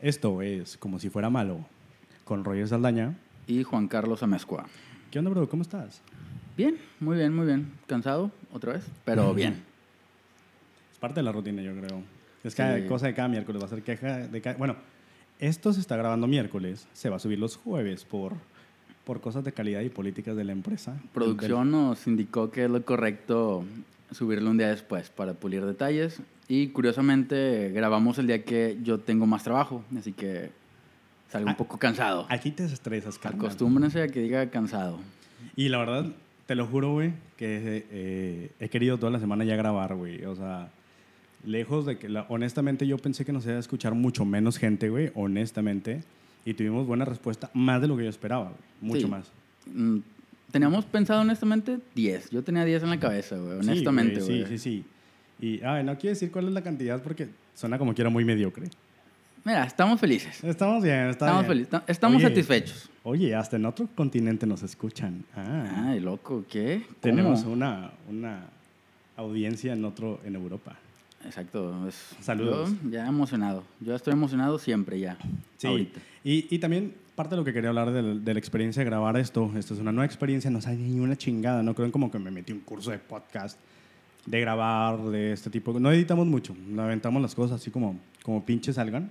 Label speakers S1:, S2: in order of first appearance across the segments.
S1: Esto es Como si fuera malo, con Roger Saldaña.
S2: Y Juan Carlos Amezcua.
S1: ¿Qué onda, bro? ¿Cómo estás?
S2: Bien, muy bien, muy bien. Cansado otra vez, pero bien.
S1: Es parte de la rutina, yo creo. Es cada
S2: Sí.
S1: cosa de cada miércoles, va a ser queja de cada... Bueno, esto se está grabando miércoles, se va a subir los jueves por, por cosas de calidad y políticas de la empresa.
S2: Producción nos indicó que es lo correcto subirlo un día después para pulir detalles. Y curiosamente grabamos el día que yo tengo más trabajo, así que salgo
S1: Ah,
S2: un poco cansado.
S1: Aquí te estresas, carnal.
S2: Acostúmbrense a que diga cansado.
S1: Y la verdad, te lo juro, güey, que eh, he querido toda la semana ya grabar, güey. O sea, lejos de que... la- honestamente, yo pensé que nos iba a escuchar mucho menos gente, güey, honestamente. Y tuvimos buena respuesta, más de lo que yo esperaba, güey. Mucho
S2: Sí.
S1: más.
S2: Mm, Teníamos pensado honestamente 10. Yo tenía 10 en la cabeza, güey.
S1: Sí,
S2: Honestamente,
S1: güey,
S2: güey.
S1: Sí, sí, sí. Y, ay, no quiero decir cuál es la cantidad porque suena como que era muy mediocre.
S2: Mira, estamos felices.
S1: Estamos bien, está
S2: estamos
S1: bien.
S2: felices. Esta- Estamos
S1: Oye,
S2: satisfechos.
S1: Oye, hasta en otro continente nos escuchan. Ah,
S2: Ay, loco, ¿qué? ¿Cómo?
S1: tenemos una, una audiencia en otro, en Europa.
S2: Exacto. es-
S1: Saludos.
S2: yo ya emocionado. Yo estoy emocionado siempre ya.
S1: Sí.
S2: Ahorita.
S1: Y, y también parte de lo que quería hablar del- de, la experiencia de grabar esto. Esto es una nueva experiencia, no saben ni una chingada. No creen como que me metí un curso de podcast, de grabar, de este tipo. No editamos mucho, no aventamos las cosas así como, como pinches salgan.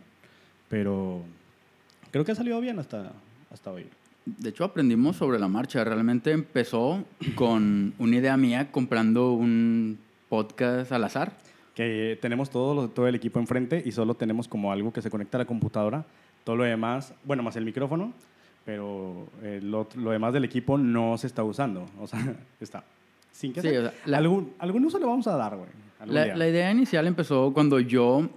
S1: Pero creo que ha salido bien hasta, hasta hoy.
S2: De hecho, aprendimos sobre la marcha. Realmente empezó con una idea mía comprando un podcast al azar.
S1: Que eh, tenemos todo, lo- todo el equipo enfrente y solo tenemos como algo que se conecta a la computadora. Todo lo demás, bueno, más el micrófono, pero eh, lo, lo demás del equipo no se está usando. O sea, está sin que
S2: Sí,
S1: se-
S2: o sea, la-
S1: algún, algún uso le vamos a dar, güey. algún
S2: La,
S1: día.
S2: la idea inicial empezó cuando yo,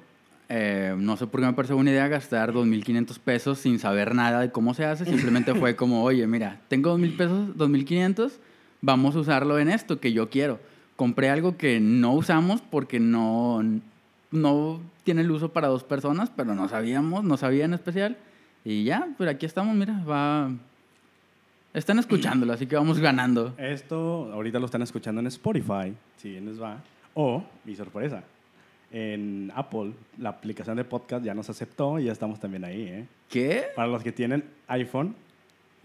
S2: eh, no sé por qué me pareció buena idea gastar 2.500 pesos sin saber nada de cómo se hace. Simplemente fue como, oye, mira, tengo 2.000 pesos, 2.500, vamos a usarlo en esto que yo quiero. Compré algo que no usamos porque no, no tiene el uso para dos personas, pero no sabíamos, no sabía en especial. Y ya, pero aquí estamos, mira, va... Están escuchándolo, así que vamos ganando.
S1: Esto ahorita lo están escuchando en Spotify, si bien les va. O, mi sorpresa, en Apple, la aplicación de podcast ya nos aceptó y ya estamos también ahí, ¿eh?
S2: ¿Qué?
S1: Para los que tienen iPhone,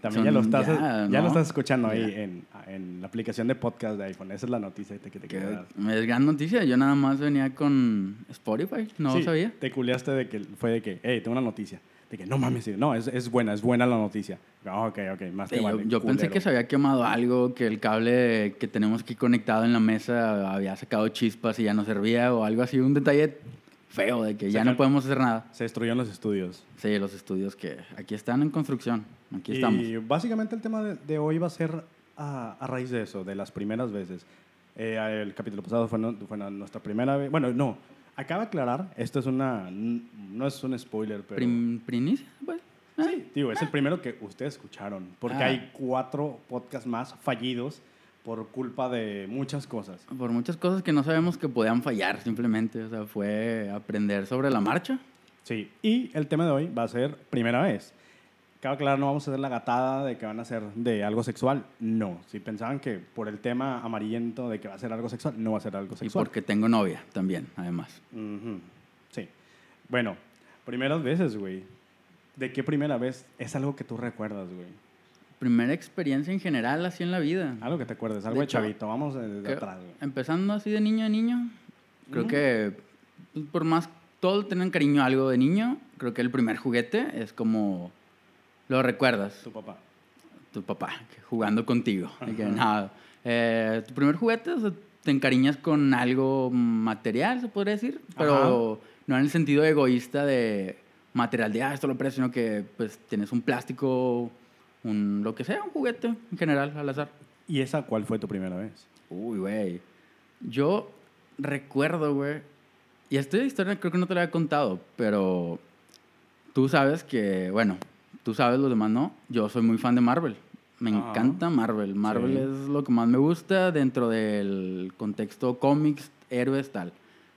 S1: también ya
S2: Son-
S1: lo estás, ya,
S2: ya,
S1: lo
S2: ¿no?
S1: estás escuchando ahí
S2: Ya.
S1: en, en la aplicación de podcast de iPhone. Esa es la noticia que te quería dar.
S2: Me es gran noticia. Yo nada más venía con Spotify. No
S1: Sí,
S2: sabía.
S1: Te culeaste de que fue de que, hey, tengo una noticia. De que no mames, sí, no, es, es buena, es buena la noticia. Ah, Ok, ok, más
S2: Sí,
S1: te
S2: yo
S1: vale.
S2: yo pensé
S1: culero.
S2: que se había quemado algo, que el cable que tenemos aquí conectado en la mesa había sacado chispas y ya no servía o algo así. Un detalle feo de que ya
S1: Sacan-
S2: no podemos hacer nada.
S1: Se destruyeron los estudios.
S2: Sí, los estudios que aquí están en construcción. Aquí
S1: y
S2: estamos.
S1: básicamente el tema de, de hoy va a ser a, a raíz de eso, de las primeras veces. Eh, el capítulo pasado fue, no- fue nuestra primera vez. Bueno, no, acaba de aclarar, esto es una, no es un spoiler, pero...
S2: Prim- primicia, pues. Ah,
S1: Sí, digo, es el primero que ustedes escucharon, porque
S2: Ah.
S1: hay cuatro podcasts más fallidos por culpa de muchas cosas.
S2: Por muchas cosas que no sabemos que podían fallar, simplemente. O sea, fue aprender sobre la marcha.
S1: Sí, y el tema de hoy va a ser primera vez. Cabe aclarar, no vamos a hacer la gatada de que van a ser de algo sexual. No, si pensaban que por el tema amarillento de que va a ser algo sexual, no va a ser algo
S2: Y
S1: sexual.
S2: porque tengo novia también, además.
S1: Ujú, Sí. Bueno, primeras veces, güey. ¿De qué primera vez es algo que tú recuerdas, güey?
S2: Primera experiencia en general, así en la vida.
S1: Algo que te acuerdes, algo de,
S2: De hecho,
S1: chavito. Vamos desde Ah,
S2: Creo-
S1: pues, atrás, güey.
S2: Empezando así de niño a niño, creo
S1: Ujú.
S2: que pues, por más todos tienen cariño a algo de niño, creo que el primer juguete es como lo recuerdas,
S1: Tu papá.
S2: tu papá que jugando contigo. de que, no, eh, tu primer juguete, o sea, te encariñas con algo material, se podría decir, pero no en el sentido egoísta de material de, ah, esto lo aprecio, sino que pues tienes un plástico, un lo que sea, un juguete en general, al azar.
S1: ¿Y esa cuál fue tu primera vez?
S2: Uy, güey. Yo recuerdo, güey. Y esta historia creo que no te la había contado, pero tú sabes que, bueno, tú sabes, los demás no. Yo soy muy fan de Marvel. Me
S1: Ajá.
S2: encanta Marvel. Marvel
S1: Sí.
S2: es lo que más me gusta dentro del contexto cómics, héroes, tal.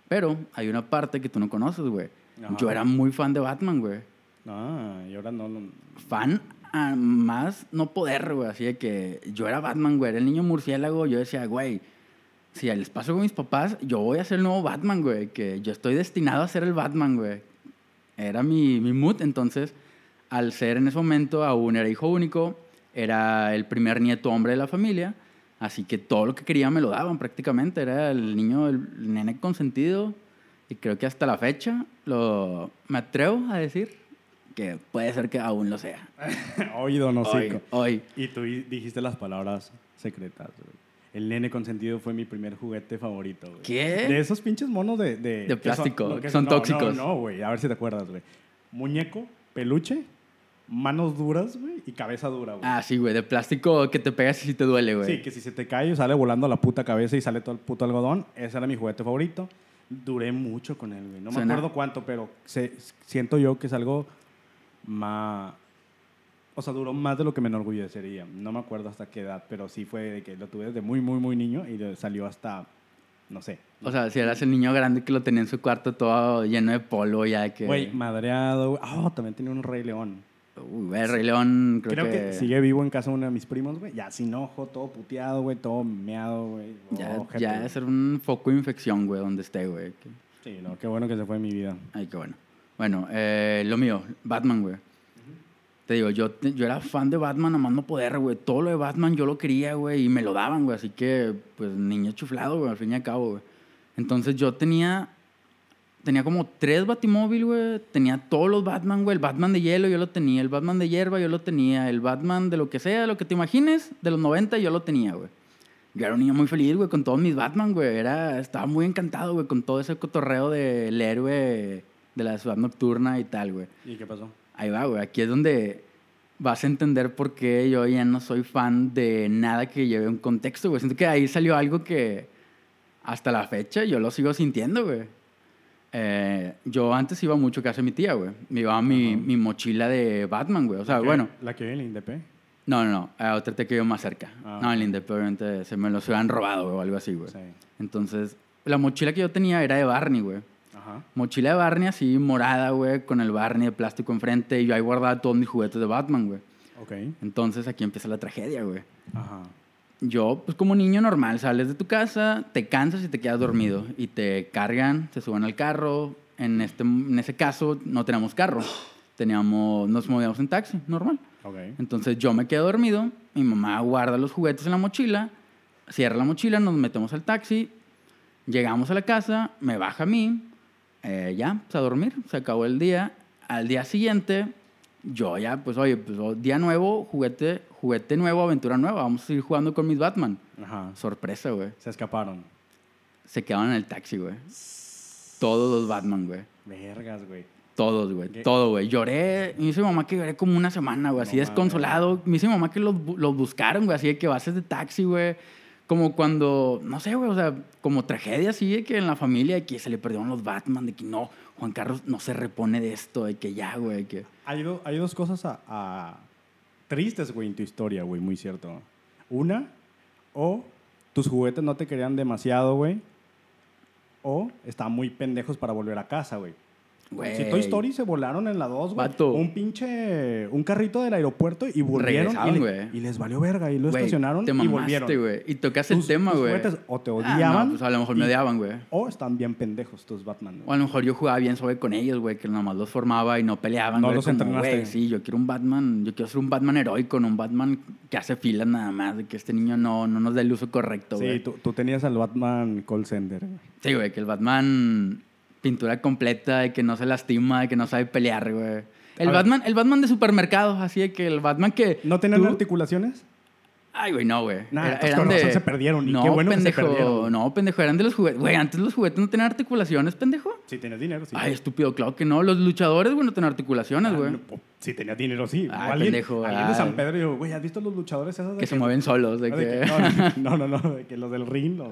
S2: Pero hay una parte que tú no conoces, güey.
S1: Ajá.
S2: Yo era muy fan de Batman, güey
S1: Ah, y ahora no lo...
S2: fan a más no poder, güey. Así de que yo era Batman, güey. Era el niño murciélago. Yo decía, güey, si les paso con mis papás, yo voy a ser el nuevo Batman, güey. Que yo estoy destinado a ser el Batman, güey. era mi, mi mood. Entonces, al ser en ese momento aún era hijo único, era el primer nieto hombre de la familia, así que todo lo que quería me lo daban prácticamente. Era el niño, el nene consentido. Y creo que hasta la fecha lo, me atrevo a decir que puede ser que aún lo sea.
S1: Ah, Oído, no
S2: Hoy,
S1: sé.
S2: hoy.
S1: Y tú di- dijiste las palabras secretas, güey. El nene consentido fue mi primer juguete favorito, güey.
S2: ¿Qué?
S1: De esos pinches monos de... De, que son-
S2: plástico,
S1: no,
S2: que son
S1: no,
S2: tóxicos.
S1: No, no, güey. A ver si te acuerdas, güey. Muñeco, peluche, manos duras, güey, y cabeza dura, güey.
S2: Ah, sí, güey, de plástico que te pegas y sí te duele, güey.
S1: Sí, que si se te cae sale volando la puta cabeza y sale todo el puto algodón. Ese era mi juguete favorito. Duré mucho con él, güey. No
S2: Suena-
S1: me acuerdo cuánto, pero se- siento yo que es algo más... O sea, duró más de lo que me enorgullecería. No me acuerdo hasta qué edad, pero sí fue de que lo tuve desde muy, muy, muy niño y lo- salió hasta, no sé.
S2: O sea, si eras el niño grande que lo tenía en su cuarto todo lleno de polvo ya que...
S1: Güey, madreado. güey. Ah, también tenía un Rey León.
S2: Uy, güey, Uh, Rey León,
S1: Creo,
S2: creo,
S1: que...
S2: que...
S1: sigue vivo en casa de uno de mis primos, güey. Ya sin ojo, todo puteado, güey, todo meado, güey.
S2: Ya,
S1: Ojete,
S2: ya
S1: güey.
S2: es un foco de infección, güey, donde esté, güey. Que-
S1: Sí, no, qué bueno que se fue mi vida.
S2: Ay, qué bueno. Bueno, eh, lo mío, Batman, güey. Te digo, yo, te- yo era fan de Batman a más no poder, güey. Todo lo de Batman yo lo quería, güey, y me lo daban, güey. Así que, pues, niño chuflado, güey, al fin y al cabo, güey. Entonces yo tenía, tenía como tres Batimóvil, güey. Tenía todos los Batman, güey. El Batman de hielo yo lo tenía, el Batman de hierba yo lo tenía, el Batman de lo que sea, de lo que te imagines, de los 90 yo lo tenía, güey. Yo era un niño muy feliz, güey, con todos mis Batman, güey. Era, estaba muy encantado, güey, con todo ese cotorreo del héroe de la ciudad nocturna y tal, güey.
S1: ¿Y qué pasó?
S2: Ahí va, güey. Aquí es donde vas a entender por qué yo ya no soy fan de nada que lleve un contexto, güey. Siento que ahí salió algo que hasta la fecha yo lo sigo sintiendo, güey. Eh, yo antes iba mucho a casa de mi tía, güey. Me iba mi,
S1: Ajá.
S2: mi mochila de Batman, güey. O sea,
S1: ¿Qué?
S2: Ah, bueno,
S1: La que vive en el INDEP.
S2: no, no, no. A otra te quedo más cerca.
S1: Ah,
S2: no,
S1: ok.
S2: el Indep, obviamente, se me los hubieran robado güey, o algo así, güey.
S1: Sí.
S2: Entonces, la mochila que yo tenía era de Barney, güey.
S1: Ajá.
S2: Mochila de Barney así, morada, güey, con el Barney de plástico enfrente. Y yo ahí guardaba todos mis juguetes de Batman, güey.
S1: Ok.
S2: Entonces, aquí empieza la tragedia, güey.
S1: Ajá.
S2: Yo, pues como niño normal, sales de tu casa, te cansas y te quedas dormido. Y te cargan, te suben al carro. En, este, en ese caso, no teníamos carro. Teníamos, nos movíamos en taxi, normal.
S1: Ok.
S2: Entonces yo me quedo dormido, mi mamá guarda los juguetes en la mochila, cierra la mochila, nos metemos al taxi, llegamos a la casa, me baja a mí, eh, ya, pues a dormir, se acabó el día. Al día siguiente, yo ya, pues oye, pues oh, día nuevo, juguete, juguete nuevo, aventura nueva, vamos a seguir jugando con mis Batman.
S1: Ajá.
S2: Sorpresa, güey.
S1: Se escaparon.
S2: Se quedaron en el taxi, güey. Todos los Batman, güey.
S1: Vergas, güey.
S2: Todos, güey.
S1: ¿Qué?
S2: Todo, güey. Lloré. Me dice mi mamá que lloré como una semana, güey. Así
S1: No
S2: desconsolado. Me dice mi mamá que los, bu- los buscaron, güey. Así de que bases de taxi, güey. Como cuando, no sé, güey, o sea, como tragedia así de que en la familia de que se le perdieron los Batman, de que no, Juan Carlos no se repone de esto, de que ya, güey, que...
S1: Hay, do- hay dos cosas a, a- tristes, güey, en tu historia, güey, muy cierto. Una, o tus juguetes no te querían demasiado, güey. O estaban muy pendejos para volver a casa, güey.
S2: Güey.
S1: Si Toy Story se volaron en la 2, güey.
S2: Vato.
S1: Un pinche. Un carrito del aeropuerto y volvieron.
S2: Regresaron,
S1: y, le-
S2: güey.
S1: y les valió verga. Y lo
S2: Güey,
S1: estacionaron
S2: te
S1: y volvieron.
S2: mamaste, güey. Y tocas el
S1: Tus-
S2: tema,
S1: tus
S2: güey.
S1: juguetes o te
S2: Ah, no,
S1: odiaban
S2: pues a lo mejor me
S1: y-
S2: odiaban, güey.
S1: O están bien pendejos tus Batman.
S2: O a
S1: güey.
S2: lo mejor yo jugaba bien sobre con ellos, güey, que nomás los formaba y no peleaban.
S1: No
S2: güey,
S1: los
S2: como,
S1: entrenaste.
S2: güey, sí, yo quiero un Batman, yo quiero ser un Batman heroico, no un Batman que hace filas nada más, de que este niño no, no nos dé el uso correcto,
S1: Sí,
S2: güey.
S1: tú, tú tenías al Batman Call Sender.
S2: Sí, güey, que el Batman pintura completa, de que no se lastima, de que no sabe pelear, güey. El
S1: A ver.
S2: Batman, el Batman de supermercado, así de que el Batman que...
S1: ¿No tenían
S2: tú-
S1: articulaciones?
S2: Ay, güey, no, güey.
S1: Nah,
S2: Era-
S1: entonces, con razón se perdieron, y qué bueno que se
S2: pendejo,
S1: perdieron.
S2: No, pendejo, eran de los juguetes. Güey, antes los juguetes no tenían articulaciones, pendejo.
S1: Si tenías dinero, sí.
S2: Ay, estúpido, claro que no. Los luchadores, güey, no tienen articulaciones,
S1: Ah,
S2: güey.
S1: no, po- Si tenías dinero, sí.
S2: Ah,
S1: O alguien,
S2: pendejo,
S1: alguien
S2: ah.
S1: de San Pedro, yo, güey, ¿has visto los luchadores esos? de
S2: que se mueven solos, de
S1: no, Ah,
S2: que...
S1: de que- no, no, no, no, de que los del ring, los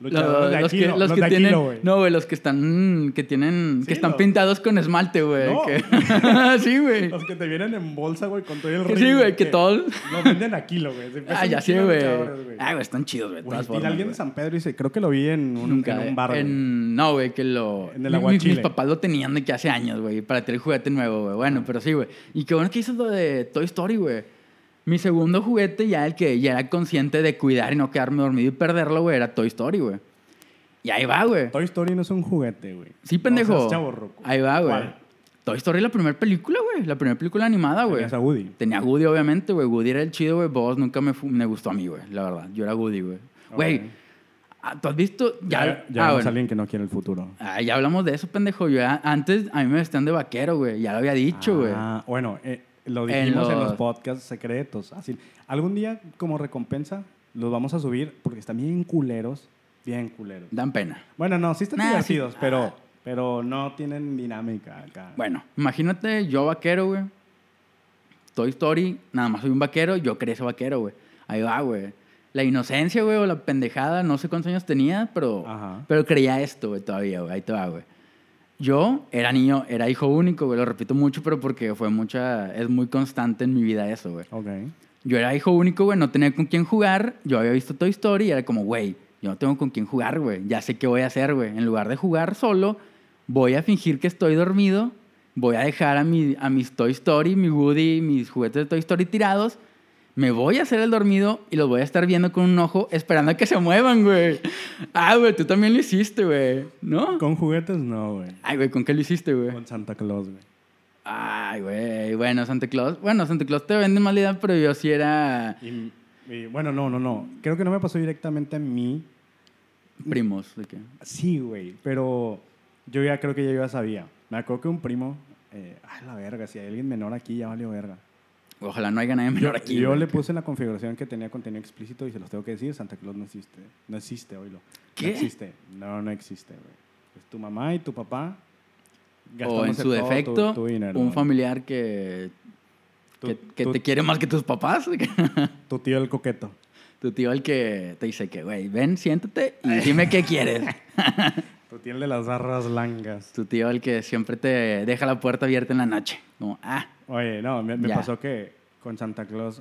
S1: luchadores
S2: Los,
S1: de
S2: los que,
S1: Aquilo,
S2: los que
S1: de
S2: tienen,
S1: Aquilo, güey.
S2: no, güey, los que están, mm, que tienen,
S1: Sí,
S2: que están
S1: los-
S2: pintados con esmalte, güey.
S1: No.
S2: que- sí, güey.
S1: Los que te vienen en bolsa, güey, con todo el ring.
S2: Sí, güey, que todos.
S1: Los venden a kilo, güey. Se
S2: Ah,
S1: pesan
S2: ya
S1: un
S2: sí,
S1: kilo de
S2: güey.
S1: luchadores, güey.
S2: Ah, güey, están chidos, güey. de
S1: Güey,
S2: todas
S1: tira
S2: formas,
S1: alguien de
S2: güey.
S1: San Pedro y dice, creo que lo vi en un,
S2: Nunca. eh,
S1: en un bar. güey".
S2: en- no, güey, que lo.
S1: En el
S2: mi- mis,
S1: aguachile.
S2: mis papás lo tenían de que hace años, güey, para tener el juguete nuevo, güey. Bueno, pero sí, güey. Y qué bueno que hizo lo de Toy Story, güey. Mi segundo juguete, ya el que ya era consciente de cuidar y no quedarme dormido y perderlo, güey, era Toy Story, güey. Y ahí va, güey.
S1: Toy Story no es un juguete, güey.
S2: Sí, pendejo.
S1: No seas chavorruco.
S2: Ahí va, güey.
S1: ¿Cuál?
S2: Toy Story, la primera película, güey. La primera película animada, güey.
S1: Tenías a Woody.
S2: Tenía Woody, obviamente, güey. Woody era el chido, güey. Vos nunca me, fu- me gustó a mí, güey. La verdad. Yo era Woody, güey. Güey,
S1: Ok.
S2: ah, ¿tú has visto?
S1: Ya,
S2: Ya,
S1: ya
S2: ah,
S1: vemos
S2: bueno.
S1: a alguien que no quiere el futuro.
S2: Ah, ya hablamos de eso, pendejo. Yo ya- antes a mí me vestían de vaquero, güey. Ya lo había dicho, güey.
S1: Ah, bueno, eh, lo
S2: En
S1: dijimos en los,
S2: los-
S1: podcasts secretos. Así, algún día, como recompensa, los vamos a subir porque están bien culeros. Bien culeros.
S2: Dan pena.
S1: Bueno, no, sí están
S2: Nah, sí. Ah.
S1: divertidos, pero, pero no tienen dinámica acá.
S2: Bueno, imagínate yo vaquero, güey. Toy Story, nada más soy un vaquero, yo crecí vaquero, güey. Ahí va, güey. La inocencia, güey, o la pendejada, no sé cuántos años tenía, pero,
S1: Ajá.
S2: pero creía esto, güey, todavía, güey. Ahí te va, güey. Yo era niño, era hijo único, güey. Lo repito mucho, pero porque fue mucha... Es muy constante en mi vida eso, güey.
S1: Ok.
S2: Yo era hijo único, güey, no tenía con quién jugar. Yo había visto Toy Story y era como, güey, yo no tengo con quién jugar, güey. Ya sé qué voy a hacer, güey. En lugar de jugar solo, voy a fingir que estoy dormido. Voy a dejar a, mi- a mis Toy Story, mi Woody, mis juguetes de Toy Story tirados. Me voy a hacer el dormido y los voy a estar viendo con un ojo esperando a que se muevan, güey. Ah, güey, tú también lo hiciste, güey. ¿No?
S1: Con juguetes, no, güey.
S2: Ay, güey, ¿con qué lo hiciste, güey?
S1: Con Santa Claus, güey.
S2: Ay, güey. Bueno, Santa Claus. Bueno, Santa Claus te vende más la idea, pero yo sí era
S1: Y, y, bueno, no, no, no. Creo que no me pasó directamente a mí.
S2: primos. ¿de qué?
S1: Sí, güey, pero yo ya creo que ya yo ya sabía. Me acuerdo que un primo, eh, ay, la verga, si hay alguien menor aquí, ya valió verga.
S2: Ojalá no haya nadie menor aquí.
S1: yo
S2: güey.
S1: le puse en la configuración que tenía contenido explícito y se los tengo que decir, Santa Claus no existe. No existe, oílo.
S2: ¿Qué?
S1: No existe. No, no existe, güey. Es tu mamá y tu papá
S2: O en
S1: gastándose
S2: su
S1: todo tu-
S2: defecto,
S1: tu dinero,
S2: un
S1: güey.
S2: familiar que,
S1: Tu-
S2: que, que
S1: tu-
S2: te quiere más que tus papás.
S1: Tu tío el coqueto.
S2: tu tío el que te dice que, güey, ven, siéntate y dime qué quieres.
S1: Tu tío el de las barras langas.
S2: tu tío el que siempre te deja la puerta abierta en la noche. Como, ah,
S1: Oye, no, me, me
S2: Ya.
S1: pasó que con Santa Claus,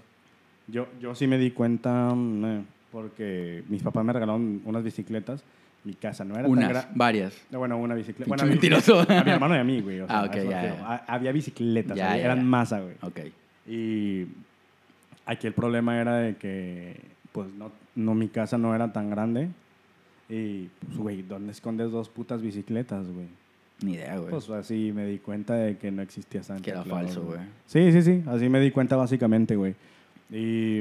S1: yo, yo sí me di cuenta mm, eh, porque mis papás me regalaron unas bicicletas. Mi casa no era
S2: unas,
S1: tan grande.
S2: varias.
S1: Bueno, una bicicleta.
S2: Pinche
S1: Bueno, a mi-
S2: mentiroso.
S1: A mi hermano y a mí, güey. o sea,
S2: Ah, ok,
S1: a eso me
S2: ya,
S1: refiero.
S2: ya.
S1: Ha- Había bicicletas,
S2: Ya,
S1: había-
S2: ya,
S1: eran
S2: ya.
S1: masa, güey.
S2: Ok.
S1: Y aquí el problema era de que, pues, no, no mi casa no era tan grande. Y, pues, güey, ¿dónde escondes dos putas bicicletas, güey?
S2: Ni idea, güey.
S1: Pues así me di cuenta de que no existía Santa
S2: Que era
S1: Claus,
S2: falso, güey.
S1: Sí, sí, sí. Así me di cuenta básicamente, güey. Y...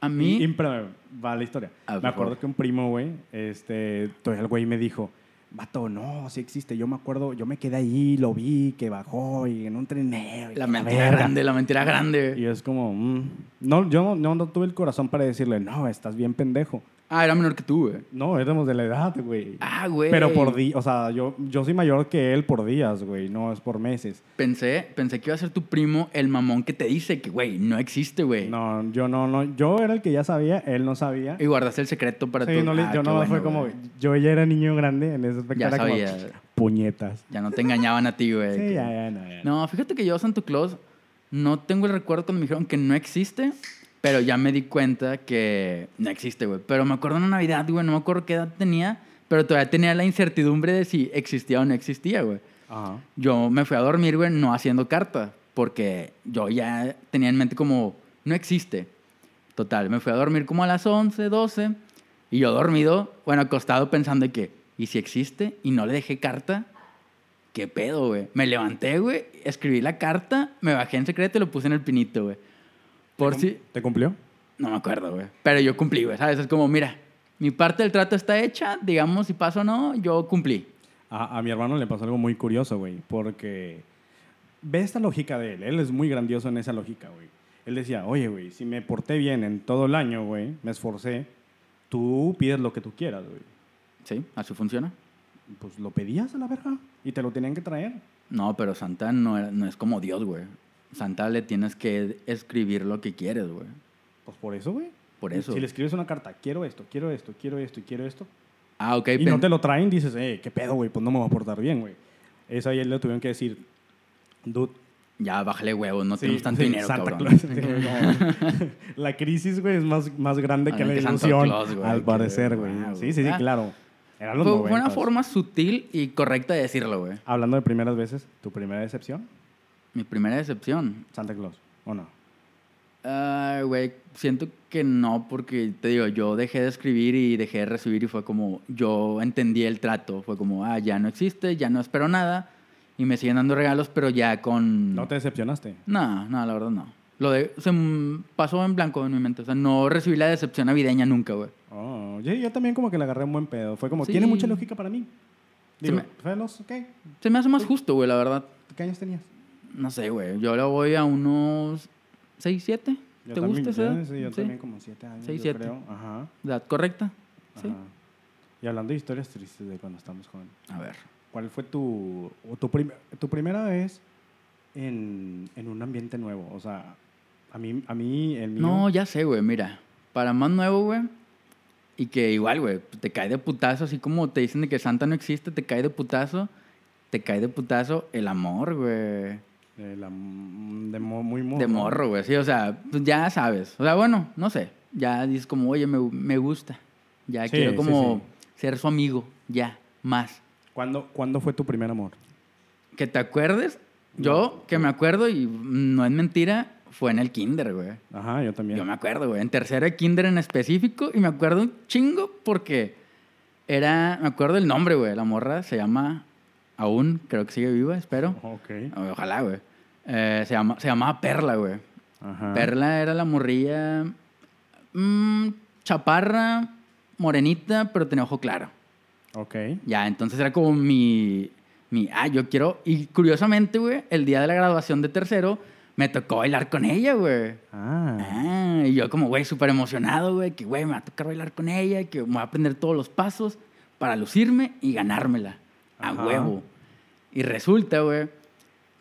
S2: a
S1: Y, y,
S2: mí,
S1: pero, va la historia.
S2: Ah,
S1: me
S2: por
S1: acuerdo
S2: favor.
S1: que un primo, güey, este, todavía el güey me dijo, vato, no, sí existe. Yo me acuerdo, yo me quedé ahí, lo vi, que bajó y en un trineo. y
S2: la
S1: que
S2: mentira
S1: verga".
S2: grande, la mentira grande.
S1: Y es como, mm, no, yo no, no, no tuve el corazón para decirle, no, estás bien pendejo.
S2: Ah, era menor que tú, güey.
S1: No, éramos de la edad, güey.
S2: Ah, güey.
S1: Pero por días, o sea, yo, yo soy mayor que él por días, güey, no es por meses.
S2: Pensé, pensé que iba a ser tu primo el mamón que te dice que, güey, no existe, güey.
S1: No, yo no, no, yo era el que ya sabía, él no sabía.
S2: Y guardaste el secreto para
S1: Sí,
S2: tu...
S1: no le-
S2: Ah,
S1: yo
S2: qué
S1: no,
S2: bueno,
S1: fue como,
S2: güey.
S1: yo ya era niño grande en ese aspecto.
S2: Ya
S1: era como,
S2: sabía.
S1: puñetas.
S2: Ya no te engañaban a ti, güey.
S1: Sí,
S2: Que-
S1: ya, ya, no, ya.
S2: No, fíjate que yo a Santa Claus no tengo el recuerdo cuando me dijeron que no existe, pero ya me di cuenta que no existe, güey. Pero me acuerdo una Navidad, güey, no me acuerdo qué edad tenía, pero todavía tenía la incertidumbre de si existía o no existía, güey.
S1: Ajá.
S2: Yo me fui a dormir, güey, no haciendo carta, porque yo ya tenía en mente como, no existe. Total, me fui a dormir como a las 11, 12, y yo dormido, bueno, acostado pensando de que, ¿y si existe? Y no le dejé carta, ¿qué pedo, güey? Me levanté, güey, escribí la carta, me bajé en secreto y lo puse en el pinito, güey. Por si...
S1: ¿Te cumplió?
S2: No me acuerdo, güey. Pero yo cumplí, güey, ¿sabes? Es como, mira, mi parte del trato está hecha, digamos si paso o no, yo cumplí.
S1: A, a mi hermano le pasó algo muy curioso, güey, porque ve esta lógica de él. Él es muy grandioso en esa lógica, güey. Él decía, oye, güey, si me porté bien en todo el año, güey, me esforcé, tú pides lo que tú quieras, güey.
S2: ¿Sí? Así funciona.
S1: Pues lo pedías a la verga y te lo tenían que traer.
S2: No, pero Santa no, era- no es como Dios, güey. Santa le tienes que escribir lo que quieres, güey.
S1: Pues por eso, güey.
S2: Por eso.
S1: Si le escribes una carta, quiero esto, quiero esto, quiero esto y quiero esto,
S2: Ah, ok.
S1: y
S2: pen-
S1: no te lo traen, dices, eh, qué pedo, güey, pues no me voy a portar bien, güey. Eso ahí él le tuvieron que decir, dude,
S2: Ya, bájale huevos, no
S1: Sí,
S2: tenemos tanto
S1: sí,
S2: dinero,
S1: Santa
S2: cabrón.
S1: Claus, sí, güey, no. la crisis, güey, es más, más grande que
S2: Ah,
S1: la
S2: que Santa
S1: ilusión,
S2: Claus, güey,
S1: al
S2: que-
S1: parecer, güey.
S2: wow,
S1: sí, sí, sí,
S2: ah.
S1: claro. Eran los
S2: Fue, fue una
S1: noventas.
S2: forma sutil y correcta de decirlo, güey.
S1: Hablando de primeras veces, ¿tu primera decepción?
S2: Mi primera decepción.
S1: Santa Claus, ¿o no?
S2: Ay, güey, siento que no, porque te digo, yo dejé de escribir y dejé de recibir y fue como, yo entendí el trato, fue como, ah, ya no existe, ya no espero nada, Y me siguen dando regalos, pero ya con...
S1: ¿No te decepcionaste?
S2: No, no, la verdad no. Lo de... Se m- pasó en blanco en mi mente. O sea, no recibí la decepción navideña nunca, güey.
S1: Oh, yo, yo también como que le agarré un buen pedo. Fue como,
S2: Sí.
S1: tiene mucha lógica para mí. Digo,
S2: me-
S1: felos, ok.
S2: Se me hace más justo, güey, la verdad.
S1: ¿Qué años tenías?
S2: No sé, güey. Yo ahora voy a unos 6, 7.
S1: Yo
S2: ¿Te
S1: también,
S2: gusta
S1: yo-
S2: esa? edad?
S1: sí, yo
S2: Sí.
S1: también como siete años,
S2: Seis,
S1: yo
S2: siete.
S1: creo. Ajá,
S2: ¿La edad correcta? Sí.
S1: ajá. Y hablando de historias tristes de cuando estamos jóvenes,
S2: A ver.
S1: ¿cuál fue tu, o tu, prim- tu primera vez en, en un ambiente nuevo? O sea, a mí, a mí el mío...
S2: No, ya sé, güey, mira. Para más nuevo, güey. Y que igual, güey, te cae de putazo, así como te dicen de que Santa no existe, te cae de putazo, te cae de putazo el amor, güey.
S1: De, la- de mo- muy morro.
S2: De morro, güey, sí, o sea, pues ya sabes. O sea, bueno, no sé. Ya dices como, oye, me, me gusta. Ya
S1: Sí,
S2: quiero
S1: sí,
S2: como ser su amigo, ya, más.
S1: ¿Cuándo, ¿Cuándo fue tu primer amor?
S2: Que te acuerdes, yo que me acuerdo y mm, no es mentira, fue en el kinder, güey.
S1: Ajá, yo también.
S2: Yo me acuerdo, güey, en tercero de kinder en específico y me acuerdo un chingo porque era, me acuerdo el nombre, güey, la morra se llama, aún creo que sigue viva, espero,
S1: Ok.
S2: ojalá, güey, Eh, se, llama, se llamaba Perla, güey.
S1: Ajá.
S2: Perla era la morrilla mm, chaparra, morenita, pero tenía ojo claro.
S1: Ok.
S2: Ya, entonces era como mi, mi, ah, yo quiero, y curiosamente, güey, el día de la graduación de tercero me tocó bailar con ella, güey.
S1: Ah.
S2: Ah, y yo como, güey, súper emocionado, güey, que, güey, me va a tocar bailar con ella, que me va a aprender todos los pasos para lucirme y ganármela. A
S1: Ajá.
S2: huevo. Y resulta, güey,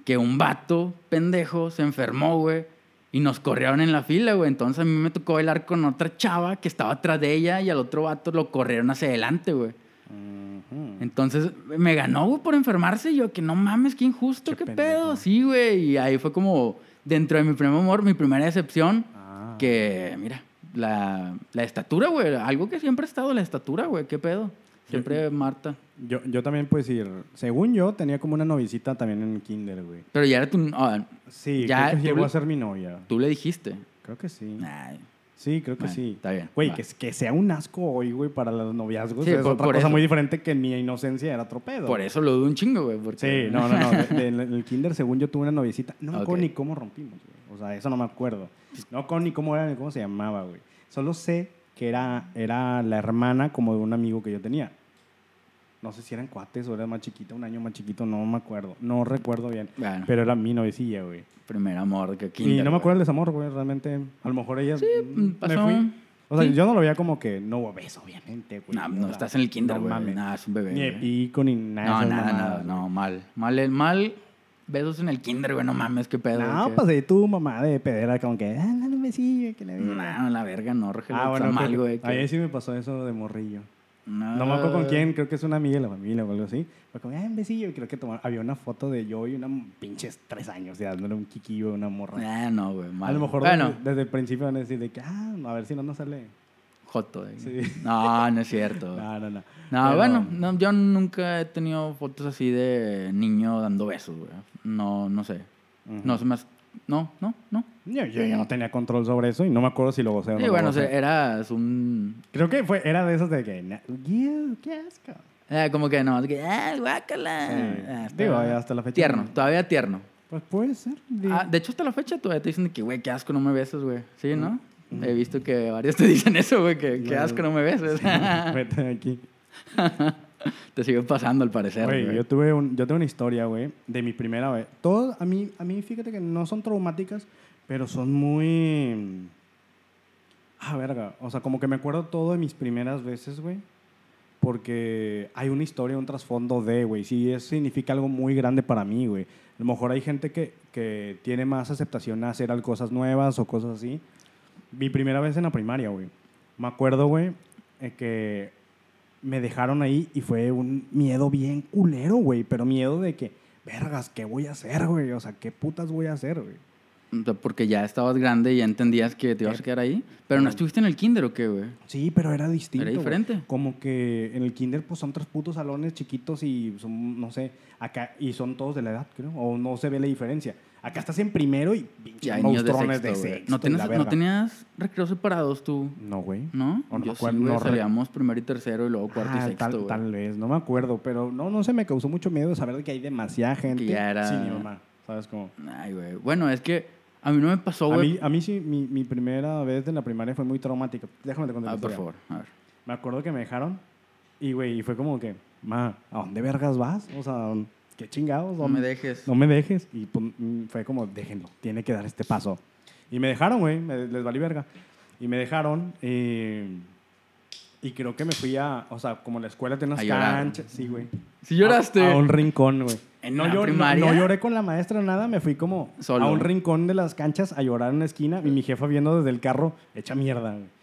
S2: que un vato pendejo se enfermó, güey, y nos corrieron en la fila, güey. Entonces a mí me tocó bailar con otra chava que estaba atrás de ella y al otro vato lo corrieron hacia adelante, güey.
S1: Ujú.
S2: Entonces me ganó, güey, por enfermarse. Y yo, que no mames, qué injusto,
S1: Qué
S2: qué,
S1: pendejo.
S2: pedo. Sí, güey. Y ahí fue como, dentro de mi primer amor, mi primera decepción,
S1: Ah.
S2: que, mira, la, la estatura, güey. Algo que siempre ha estado, la estatura, güey. ¿Qué pedo? Siempre Marta.
S1: Yo, yo también puedo decir, según yo, tenía como una novicita también en el kinder, güey.
S2: Pero ya era tu... ah,
S1: Sí,
S2: Ya,
S1: creo que
S2: tú
S1: llegó
S2: le-
S1: a ser mi novia.
S2: tú le dijiste.
S1: Creo que sí.
S2: Ay,
S1: Sí, creo que
S2: Bueno,
S1: sí.
S2: está bien,
S1: Güey,
S2: va.
S1: que, que sea un asco hoy, güey, para los noviazgos
S2: Sí,
S1: es
S2: por-
S1: otra
S2: por
S1: cosa
S2: eso.
S1: muy diferente que en mi inocencia era otro pedo.
S2: por eso lo dudo un chingo, güey. porque-
S1: Sí, no, no, no. De- de- En el kinder, según yo, tuve una novicita. No me acuerdo ni
S2: Ok.
S1: cómo rompimos, güey. O sea, eso no me acuerdo. No me acuerdo ni cómo era ni cómo se llamaba, güey. Solo sé que era, era la hermana como de un amigo que yo tenía. No sé si eran cuates o era más chiquita, un año más chiquito, no me acuerdo. No recuerdo bien.
S2: Bueno,
S1: Pero era mi novicilla, güey.
S2: primer amor que
S1: Y
S2: kinder,
S1: no me
S2: güey.
S1: acuerdo Mm, el desamor, güey, realmente. A lo mejor ella. Sí,
S2: mm, pasó.
S1: O sea,
S2: Sí.
S1: yo no lo veía como que no hubo beso, obviamente, güey.
S2: No,
S1: O
S2: no
S1: sea,
S2: estás en el kinder,
S1: no
S2: güey.
S1: mames.
S2: Nada, es un bebé.
S1: Ni de
S2: güey.
S1: pico, ni nada.
S2: No,
S1: esas
S2: nada, nada,
S1: mamadas,
S2: no, mal. Mal, el mal. Besos en el kinder, güey, no mames, qué pedo.
S1: No,
S2: güey, qué-
S1: pues ahí tu mamá de pedera, como que, ah, dale un besillo, que le diga.
S2: No, la verga, no, Rogelio.
S1: ah,
S2: está
S1: bueno,
S2: mal,
S1: creo que-
S2: güey. que- Ah.
S1: Ayer sí me pasó eso de morrillo.
S2: No,
S1: No me acuerdo con quién, creo que es una amiga de la familia o algo así. Fue como, ah, un besillo, y creo que tomar- había una foto de yo y una pinches tres años, ya dándole un quiquillo a una morra.
S2: Ah, no, güey, mal.
S1: A lo mejor
S2: Bueno,
S1: desde, desde el principio van a decir de que, ah, a ver si no nos sale.
S2: Joto. güey.
S1: Sí.
S2: No, no es cierto. güey.
S1: No, no, no.
S2: No,
S1: Pero-
S2: bueno, no, yo nunca he tenido fotos así de niño dando besos, güey. No, no sé.
S1: Ujú.
S2: No, se me hace- No, no, no.
S1: Yo, yo ya no tenía control sobre eso y no me acuerdo si lo gocé o no.
S2: Sí, eh.
S1: lo
S2: bueno,
S1: gocé.
S2: se- eras un...
S1: Creo que fue, era de esas de que, "Na- ew, qué asco.
S2: eh, como que no, así que, ah, guácala.
S1: Sí.
S2: Ah, está-
S1: Digo, hasta la fecha.
S2: Tierno, todavía tierno.
S1: Pues puede ser. digo.
S2: Ah, de hecho, hasta la fecha todavía te dicen de que, güey, qué asco, no me beses, güey. Sí, ¿no? He visto que varios te dicen eso, güey, que qué
S1: No.
S2: asco, no me beses.
S1: Vete de aquí.
S2: te sigue pasando, al parecer,
S1: Güey,
S2: güey.
S1: yo tuve un- yo tengo una historia, güey, de mi primera vez. Todo, a mí, a mí, fíjate que no son traumáticas, pero son muy... Ah, verga. O sea, como que me acuerdo todo de mis primeras veces, güey. Porque hay una historia, un trasfondo de, güey. Sí, eso significa algo muy grande para mí, güey. A lo mejor hay gente que, que tiene más aceptación a hacer al- cosas nuevas o cosas así. Mi primera vez en la primaria, güey. Me acuerdo, güey, eh, que me dejaron ahí y fue un miedo bien culero, güey. Pero miedo de que, vergas, ¿qué voy a hacer, güey? O sea, ¿qué putas voy a hacer, güey?
S2: O sea, Porque ya estabas grande y ya entendías que te ibas a quedar ahí. Pero no estuviste en el kinder, ¿o qué, güey?
S1: Sí, pero era distinto.
S2: Era
S1: güey.
S2: diferente.
S1: Como que en el kinder pues son tres putos salones chiquitos y son, no sé, acá, y son todos de la edad, creo, o no se ve la diferencia. Acá estás en primero y
S2: Y
S1: pinches
S2: hay niños de
S1: monstruones
S2: sexto,
S1: de
S2: güey.
S1: sexto.
S2: ¿No,
S1: y la
S2: tenías, ¿No
S1: verga.
S2: tenías recreos separados tú?
S1: No, güey.
S2: ¿No?
S1: O no
S2: Yo
S1: me
S2: sí,
S1: acuerdo,
S2: güey,
S1: no re-
S2: salíamos primero y tercero y luego cuarto y
S1: Ah,
S2: sexto,
S1: tal,
S2: güey.
S1: tal vez, no me acuerdo, pero no, no se me causó mucho miedo saber de que hay demasiada gente
S2: ya era-
S1: sin mi mamá, ¿sabes? Como,
S2: Ay, güey. Bueno, es que a mí no me pasó,
S1: a, mí,
S2: güey.
S1: a mí sí, mi, mi primera vez en la primaria fue muy traumática. Déjame te contar.
S2: Ah,
S1: la
S2: por
S1: historia.
S2: favor, a ver.
S1: Me acuerdo que me dejaron y, güey, y fue como que, ma, ¿a dónde vergas vas? O sea, ¿qué chingados?
S2: No
S1: ¿Dónde-
S2: me dejes.
S1: no me dejes. Y pues, mm, fue como, déjenlo, tiene que dar este paso. Y me dejaron, güey, me- les valí verga. Y me dejaron. eh, y creo que me fui a, o sea, como la escuela tiene
S2: A
S1: unas
S2: llorar.
S1: canchas. Sí, güey.
S2: Si lloraste.
S1: A, a un rincón, güey.
S2: ¿En
S1: no,
S2: la
S1: llor- no-
S2: primaria?
S1: No, lloré con la maestra nada, me fui como
S2: Solo.
S1: a un rincón de las canchas a llorar en una esquina y mi jefa viendo desde el carro, hecha mierda, güey.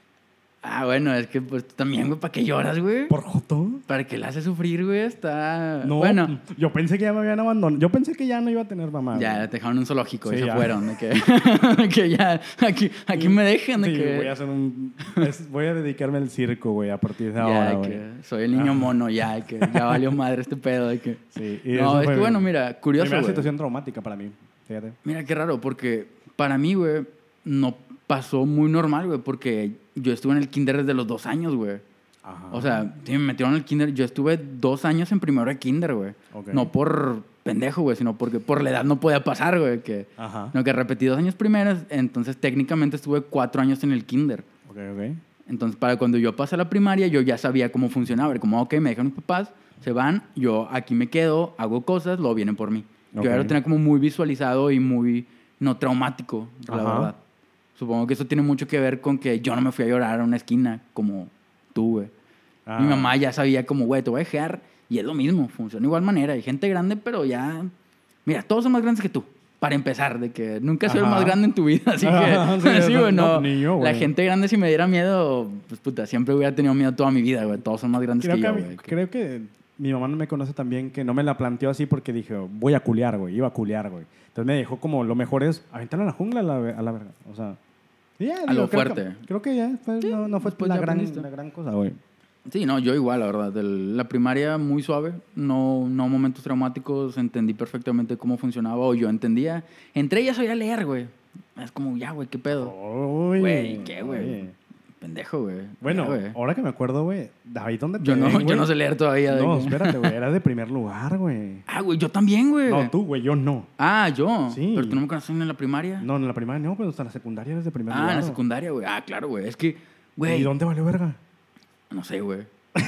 S2: Ah, bueno, es que pues tú también, güey, ¿para qué lloras, güey?
S1: ¿Por joto?
S2: ¿Para qué la hace sufrir, güey? Está...
S1: No,
S2: Eh, bueno,
S1: yo pensé que ya me habían abandonado. Yo pensé que ya no iba a tener mamá.
S2: ya
S1: Ah, güey.
S2: te dejaron en un zoológico
S1: Sí,
S2: y se
S1: ya.
S2: fueron. De que, que ya, aquí, aquí me dejen. De
S1: Sí,
S2: que,
S1: voy a hacer un... es- voy a dedicarme al circo, güey, a partir de
S2: ya,
S1: ahora,
S2: de
S1: güey.
S2: que soy el niño mono, ya, de que ya valió madre este pedo. De que...
S1: Sí, y eso
S2: No, es
S1: fue
S2: que
S1: mi-
S2: bueno, mira, curioso,
S1: Primera
S2: güey.
S1: situación traumática para mí, fíjate.
S2: Mira, qué raro, porque para mí, güey, no pasó muy normal, güey, porque yo estuve en el kinder desde los dos años, güey.
S1: Ajá.
S2: O sea, sí me metieron al kinder. Yo estuve dos años en primero de kinder, güey.
S1: Ok.
S2: No por pendejo, güey, sino porque por la edad no podía pasar, güey. Que,
S1: Ajá.
S2: No, que repetí dos años primeros, entonces técnicamente estuve cuatro años en el kinder.
S1: Ok, ok.
S2: Entonces, para cuando yo pasé a la primaria, yo ya sabía cómo funcionaba. Era como, ok, me dejan mis papás, se van, yo aquí me quedo, hago cosas, luego vienen por mí. Yo ya
S1: Ok.
S2: lo tenía como muy visualizado y muy no traumático, la
S1: Ajá.
S2: verdad. Supongo que eso tiene mucho que ver con que yo no me fui a llorar a una esquina como tú, güey.
S1: Ah.
S2: Mi mamá ya sabía como, güey, te voy a dejar. Y es lo mismo, funciona de igual manera. Hay gente grande, pero ya... Mira, todos son más grandes que tú. Para empezar, de que nunca soy el
S1: Ajá.
S2: más grande en tu vida. Así
S1: Ajá,
S2: que,
S1: sí,
S2: sí,
S1: no-
S2: güey, no.
S1: no, ni yo, güey.
S2: La gente grande, si me diera miedo, pues puta, siempre hubiera tenido miedo toda mi vida, güey. Todos son más grandes
S1: Creo
S2: que
S1: que, a
S2: yo,
S1: mí-
S2: güey.
S1: creo que mi mamá no me conoce tan bien que no me la planteó así porque dije, voy a culear, güey, iba a culear, güey. Entonces me dijo como, lo mejor es aventarlo a la jungla a la, ve- a la verga. O sea, y ya,
S2: A
S1: creo
S2: lo
S1: que-
S2: fuerte.
S1: Creo que ya, fue- no, no fue
S2: después
S1: la
S2: ya
S1: gran,
S2: aprendiste.
S1: la gran cosa, güey.
S2: Sí, no, yo igual, la verdad. Del- la primaria muy suave, no, no momentos traumáticos, entendí perfectamente cómo funcionaba o yo entendía. Entre ellas sabía leer, güey. Es como, ya, güey, qué
S1: Oh.
S2: pedo.
S1: Uy,
S2: Güey, ¿qué, güey?
S1: oye.
S2: Pendejo, güey.
S1: Bueno,
S2: Ya, güey.
S1: ahora que me acuerdo, güey, David, ¿dónde te
S2: Yo no,
S1: ven,
S2: yo
S1: güey?
S2: no sé leer todavía. de
S1: No,
S2: que-
S1: espérate, güey, eras de primer lugar, güey.
S2: Ah, güey, yo también, güey.
S1: No, tú, güey, yo no.
S2: Ah, yo.
S1: Sí.
S2: Pero tú no me conoces en la primaria.
S1: No, en la primaria no, pero hasta la secundaria eres de primer
S2: ah,
S1: lugar.
S2: en la
S1: güey.
S2: secundaria, güey. Ah, claro, güey. Es que,
S1: ¿Y
S2: güey.
S1: dónde valió verga?
S2: No sé, güey.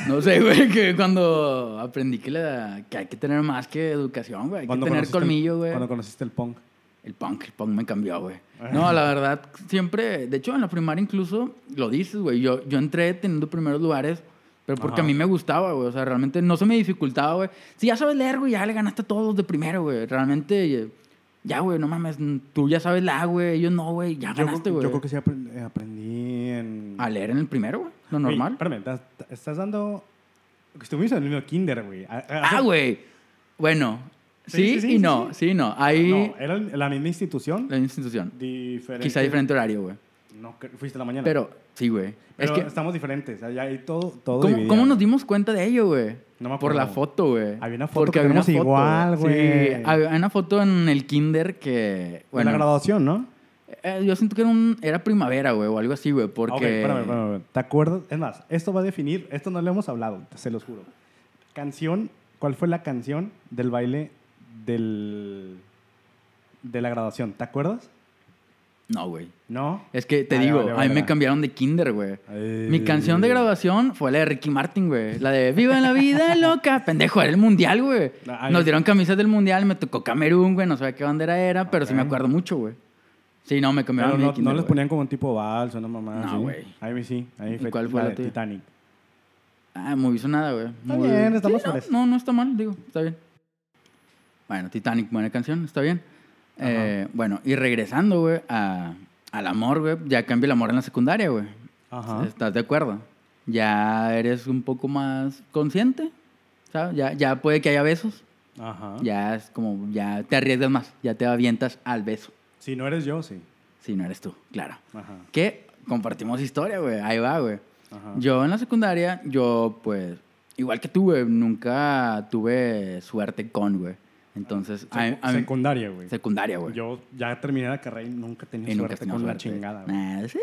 S2: No sé, güey, que cuando aprendí que, la, que hay que tener más que educación, güey. Hay que
S1: Cuando
S2: tener
S1: conociste el-
S2: colmillo, güey.
S1: Cuando conociste el punk.
S2: El punk, el punk me cambió, güey. No, la verdad, siempre, de hecho, en la primaria incluso, lo dices, güey, yo, yo entré teniendo primeros lugares, pero
S1: Ajá.
S2: porque a mí me gustaba, güey, o sea, realmente no se me dificultaba, güey. Si ya sabes leer, güey, ya le ganaste a todos de primero, güey. Realmente, eh, ya, güey, no mames, n- tú ya sabes la, güey, ellos no, güey, ya
S1: Yo,
S2: ganaste,
S1: creo-
S2: güey.
S1: yo creo que sí aprend- eh, aprendí en...
S2: A leer en el primero, güey, lo
S1: Güey,
S2: normal.
S1: espérame, estás, estás dando... Estuvimos en el mismo kinder, güey. A- a-
S2: Ah, güey, bueno,
S1: Sí,
S2: sí,
S1: sí, sí,
S2: y
S1: sí,
S2: no, sí, y no. Ahí,
S1: No, era el- la misma institución.
S2: la institución,
S1: Diferente.
S2: quizá diferente horario, güey.
S1: No, cre- fuiste a la mañana.
S2: Pero, sí, güey. Es
S1: Pero
S2: que
S1: estamos diferentes. Allá hay todo, todo
S2: ¿Cómo,
S1: dividido.
S2: cómo nos dimos cuenta de ello, güey?
S1: No me acuerdo.
S2: Por la foto, güey.
S1: Había una foto que
S2: había una
S1: tenemos
S2: foto,
S1: igual, güey.
S2: Sí, había una foto en el kinder que...
S1: En la
S2: Bueno,
S1: graduación, ¿no?
S2: eh, yo siento que era, un- era primavera, güey, o algo así, güey, porque...
S1: Ok, espérame, espérame, espérame. ¿Te acuerdas? Es más, esto va a definir, esto no lo hemos hablado, se los juro. Canción, ¿cuál fue la canción del baile del de la graduación? ¿Te acuerdas?
S2: No, güey.
S1: No.
S2: Es que te
S1: Vale,
S2: digo,
S1: vale,
S2: a
S1: vale,
S2: mí me
S1: vale.
S2: cambiaron de kinder, güey.
S1: Ay.
S2: Mi canción de graduación fue la de Ricky Martin, güey. La de Viva la vida loca. Pendejo, era el mundial, güey.
S1: Ah,
S2: Nos
S1: ahí.
S2: dieron camisas del mundial, me tocó Camerún, güey. No sabía qué bandera era, pero sí
S1: Ok.
S2: me acuerdo mucho, güey. Sí, no, me cambiaron
S1: Pero
S2: de
S1: no,
S2: kinder,
S1: no les
S2: güey.
S1: ponían como un tipo vals o una mamá.
S2: No,
S1: así.
S2: güey.
S1: A mí sí. A mí
S2: ¿Y
S1: fue
S2: cuál fue
S1: la
S2: la
S1: de
S2: tuya?
S1: Titanic.
S2: Ah, muy sonada, güey.
S1: Está
S2: Muy-
S1: bien, estamos
S2: Sí, no,
S1: frescos.
S2: no, no está mal, digo, está bien. Bueno, Titanic, buena canción, está bien.
S1: Ajá.
S2: Eh, bueno, y regresando, güey, a- al amor, güey, ya cambia el amor en la secundaria, güey.
S1: Ajá.
S2: ¿Estás de acuerdo? Ya eres un poco más consciente, ¿sabes? Ya, ya puede que haya besos,
S1: Ajá.
S2: ya es como, ya te arriesgas más, ya te avientas al beso,
S1: Si no eres yo, sí.
S2: si no eres tú, claro.
S1: Ajá.
S2: Que compartimos historia, güey, ahí va, güey.
S1: Ajá.
S2: Yo en la secundaria, yo pues, igual que tú, güey, nunca tuve suerte con, güey. Entonces, a-
S1: Secu-
S2: a-
S1: secundaria, güey.
S2: secundaria, güey.
S1: Ah, Yo ya terminé la carrera y nunca tenía
S2: Y nunca
S1: suerte
S2: tenía
S1: con la
S2: suerte.
S1: chingada, güey.
S2: Nah, sí.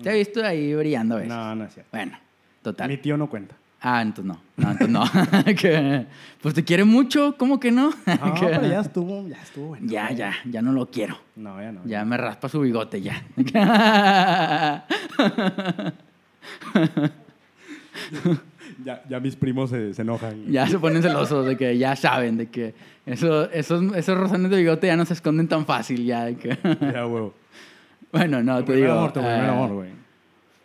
S2: Te he visto ahí brillando a veces.
S1: No, no es cierto.
S2: Bueno, total.
S1: Mi tío no cuenta.
S2: Ah, entonces no. No, entonces no. Que, pues te quiere mucho, ¿cómo que
S1: No,
S2: no? Que-
S1: Ah, pero ya estuvo, ya estuvo bueno.
S2: ya, ya, ya no lo quiero.
S1: No, ya no.
S2: Ya me raspa su bigote, ya.
S1: Ya, ya mis primos se, se enojan.
S2: ya se ponen celosos de que ya saben, de que eso- esos, esos rosanes de bigote ya no se esconden tan fácil, ya. de que-
S1: Ya, huevo.
S2: bueno, no,
S1: Tu
S2: te
S1: primer
S2: digo.
S1: amor, tu primer
S2: eh,
S1: amor, güey.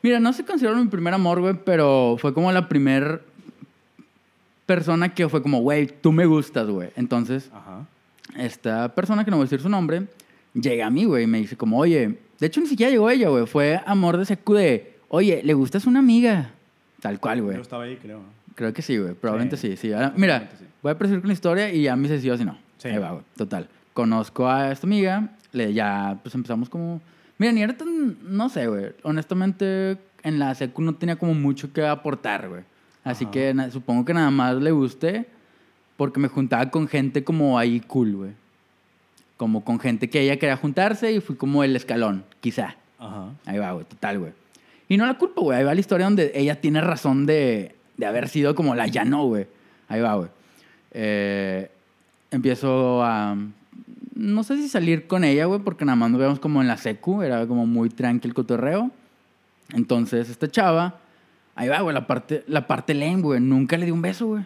S2: Mira, no se consideró mi primer amor, güey, pero fue como la primer persona que fue como, güey, tú me gustas, güey. Entonces,
S1: Ajá.
S2: esta persona, que no voy a decir su nombre, llega a mí, güey, y me dice como, oye, de hecho ni siquiera llegó ella, güey, fue amor de secu de, oye, le gustas una amiga. Tal cual, güey.
S1: Yo estaba ahí, creo.
S2: Creo que sí, güey. Probablemente
S1: Sí.
S2: sí, sí. Ahora, mira,
S1: Probablemente sí.
S2: voy a proseguir con la historia y ya me dice sí o si no.
S1: Sí.
S2: Ahí va, güey. Total. Conozco a esta amiga, le, ya pues empezamos como... Mira, ni era tan... No sé, güey. Honestamente, en la secu no tenía como mucho que aportar, güey. Así
S1: Ajá.
S2: que na- supongo que nada más le gusté porque me juntaba con gente como ahí cool, güey. Como con gente que ella quería juntarse y fui como el escalón, quizá.
S1: Ajá.
S2: Ahí va, güey, total, güey. Y no la culpo, güey. Ahí va la historia donde ella tiene razón de, de haber sido como la ya no, güey. Ahí va, güey. Eh, empiezo a. No sé si salir con ella, güey, porque nada más nos vemos como en la secu. Era como muy tranquilo el cotorreo. Entonces, esta chava. Ahí va, güey, la parte, la parte lame, güey. Nunca le di un beso, güey.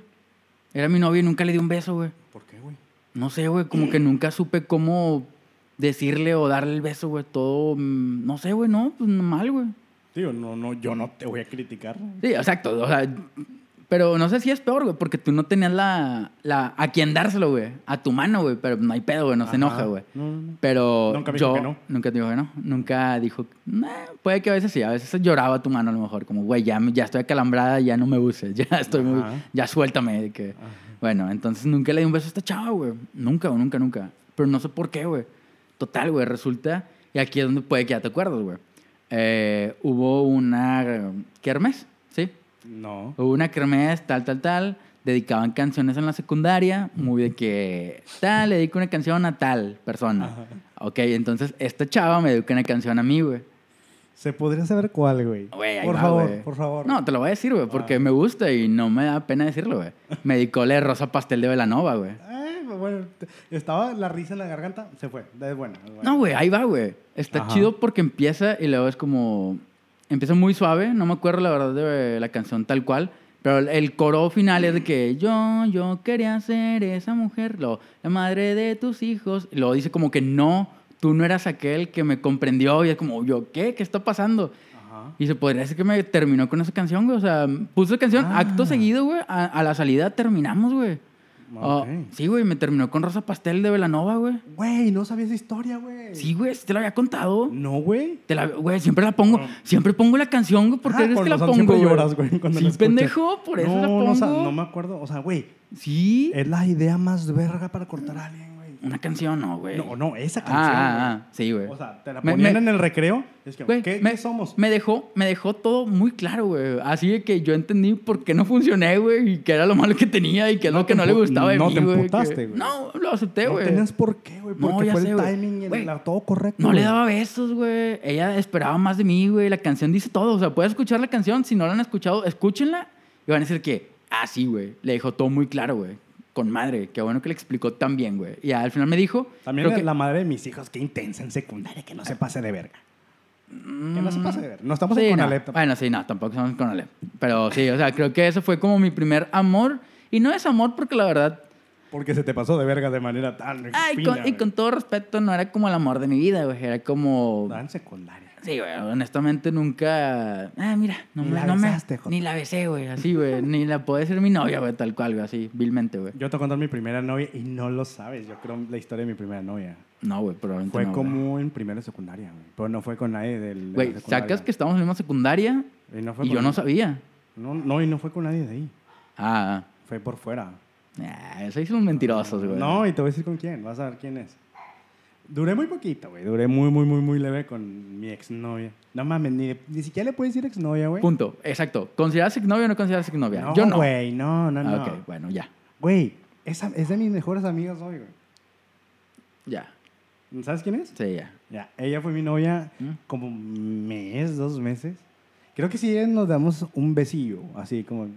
S2: Era mi novia y nunca le di un beso, güey.
S1: ¿Por qué, güey?
S2: No sé, güey, como que nunca supe cómo decirle o darle el beso, güey. Todo, mm, no sé, güey, no, pues mal, güey.
S1: Tío, no, no, yo no te voy a criticar.
S2: Sí, exacto, o sea, pero no sé si es peor, güey, porque tú no tenías la, la, a quién dárselo, güey, a tu mano, güey, pero no hay pedo, güey, no se
S1: Ajá.
S2: enoja, güey.
S1: No, no, no.
S2: Pero
S1: Nunca me
S2: yo
S1: dijo que no.
S2: nunca dijo que no, nunca dijo, "Nah", puede que a veces sí, a veces lloraba tu mano a lo mejor, como, güey, ya, me- ya estoy acalambrada, ya no me uses, ya estoy muy,
S1: Ajá.
S2: ya suéltame, de que...
S1: Ajá.
S2: Bueno, entonces nunca le di un beso a esta chava, güey. Nunca, güey, nunca, nunca. Pero no sé por qué, güey. Total, güey, resulta... Y aquí es donde puede que ya te acuerdas, güey. Eh, hubo una eh, kermés, ¿sí?
S1: No.
S2: Hubo una kermés, tal, tal, tal. Dedicaban canciones en la secundaria. Muy de que... Tal, le dedico una canción a tal persona.
S1: Ajá.
S2: Ok, entonces esta chava me dedica una canción a mí, güey.
S1: ¿Se podría saber cuál, güey?
S2: Güey, ahí
S1: por
S2: va,
S1: favor,
S2: güey.
S1: por favor.
S2: No, te lo voy a decir, güey, porque
S1: Ah.
S2: me gusta y no me da pena decirlo, güey. Me dedicó la de Rosa Pastel de Velanova, güey.
S1: Eh, bueno, te- estaba la risa en la garganta, se fue. Es bueno. es bueno.
S2: No, güey, ahí va, güey. Está
S1: Ajá.
S2: chido porque empieza y luego es como... Empieza muy suave, no me acuerdo la verdad de la canción tal cual, pero el- el coro final es de que yo, yo quería ser esa mujer, lo, la madre de tus hijos. Y luego dice como que no, tú no eras aquel que me comprendió y es como, yo, ¿qué? ¿Qué está pasando?
S1: Ajá.
S2: Y se podría decir que me terminó con esa canción, güey. O sea, puso la canción,
S1: Ah.
S2: acto seguido, güey. A, a la salida terminamos, güey. Oh,
S1: Ok.
S2: sí, güey, me terminó con Rosa Pastel de Velanova, güey.
S1: Güey, no sabía esa historia, güey.
S2: Sí, güey, sí te lo había contado.
S1: No, güey.
S2: Te la, güey, siempre la pongo. Siempre pongo la canción, güey. ¿Por qué
S1: Ah,
S2: crees
S1: con
S2: que la
S1: razón
S2: pongo,
S1: siempre
S2: güey?
S1: lloras, güey, cuando
S2: sí,
S1: la escuchas.
S2: pendejo, por eso
S1: no,
S2: la pongo.
S1: No, o sea, no me acuerdo. O sea, güey,
S2: Sí.
S1: es la idea más verga para cortar a alguien, güey.
S2: Una canción, no, güey.
S1: No, no, esa
S2: Ah,
S1: canción.
S2: ah,
S1: güey.
S2: ah, sí, güey.
S1: O sea, te la
S2: Me-
S1: ponían
S2: me-
S1: en el recreo. Es que,
S2: Güey,
S1: ¿qué,
S2: me-
S1: qué somos?
S2: Me dejó, me dejó todo muy claro, güey. Así de que yo entendí por qué no funcioné, güey, y qué era lo malo que tenía y qué es
S1: No
S2: lo que
S1: te
S2: no le
S1: empu-
S2: gustaba de
S1: no
S2: mí,
S1: te
S2: güey. que-
S1: emputaste, güey.
S2: No, lo acepté,
S1: no
S2: güey.
S1: tenías por qué, güey,
S2: No,
S1: porque
S2: ya
S1: fue
S2: sé,
S1: el
S2: güey.
S1: timing y el,
S2: Güey,
S1: la- todo correcto.
S2: No
S1: güey.
S2: le daba besos, güey. Ella esperaba más de mí, güey. La canción dice todo. O sea, puedes escuchar la canción. Si no la han escuchado, escúchenla. Y van a decir que, ah, sí, güey. Le dijo todo muy claro, güey. Con madre. Qué bueno que le explicó tan bien, güey. Y al final me dijo...
S1: También
S2: creo que-
S1: la madre de mis hijos, qué intensa en secundaria, que no se pase de verga. Que no se pase de verga. No estamos
S2: Sí,
S1: en
S2: no.
S1: Conalep. tampoco.
S2: Bueno, sí, no, tampoco estamos con Alep. Pero sí, o sea, creo que ese fue como mi primer amor. Y no es amor porque la verdad...
S1: Porque se te pasó de verga de manera tan
S2: Ay,
S1: fina,
S2: con- y
S1: güey.
S2: con todo respeto, no era como el amor de mi vida, güey. Era como...
S1: Estaba en secundaria.
S2: Sí, güey, honestamente nunca. Ah, mira, no
S1: Ni
S2: me.
S1: la
S2: no me-
S1: besaste, Jota.
S2: Ni la besé, güey, así, güey. ni la puede ser mi novia, güey, tal cual, güey, así, vilmente, güey.
S1: Yo te conté mi primera novia y no lo sabes. Yo creo la historia de mi primera novia.
S2: No, güey, probablemente.
S1: Fue
S2: no, güey.
S1: como en primera secundaria, güey. Pero no fue con nadie del. de
S2: Güey,
S1: la secundaria.
S2: sacas que estamos en la misma secundaria
S1: Y, no fue
S2: y
S1: con-
S2: yo no sabía.
S1: No, no, y no fue con nadie de ahí.
S2: Ah,
S1: Fue por fuera.
S2: ah, eso hizo unos mentirosos, güey.
S1: No, y te voy a decir con quién. Vas a ver quién es. Duré muy poquito, güey. Duré muy, muy, muy, muy leve con mi exnovia. No mames, ni, ni siquiera le puedes decir exnovia, güey.
S2: Punto, exacto. ¿Consideras exnovia o no consideras exnovia?
S1: No,
S2: yo no.
S1: güey, no, no,
S2: Ah,
S1: no.
S2: Ok, bueno, ya.
S1: Güey, Es, a- es de mis mejores amigas hoy, güey.
S2: Ya,
S1: ¿Sabes quién es?
S2: sí, ya.
S1: Ya, ella fue mi novia
S2: ¿Mm?
S1: como un mes, dos meses. Creo que sí eh, nos damos un besillo, así como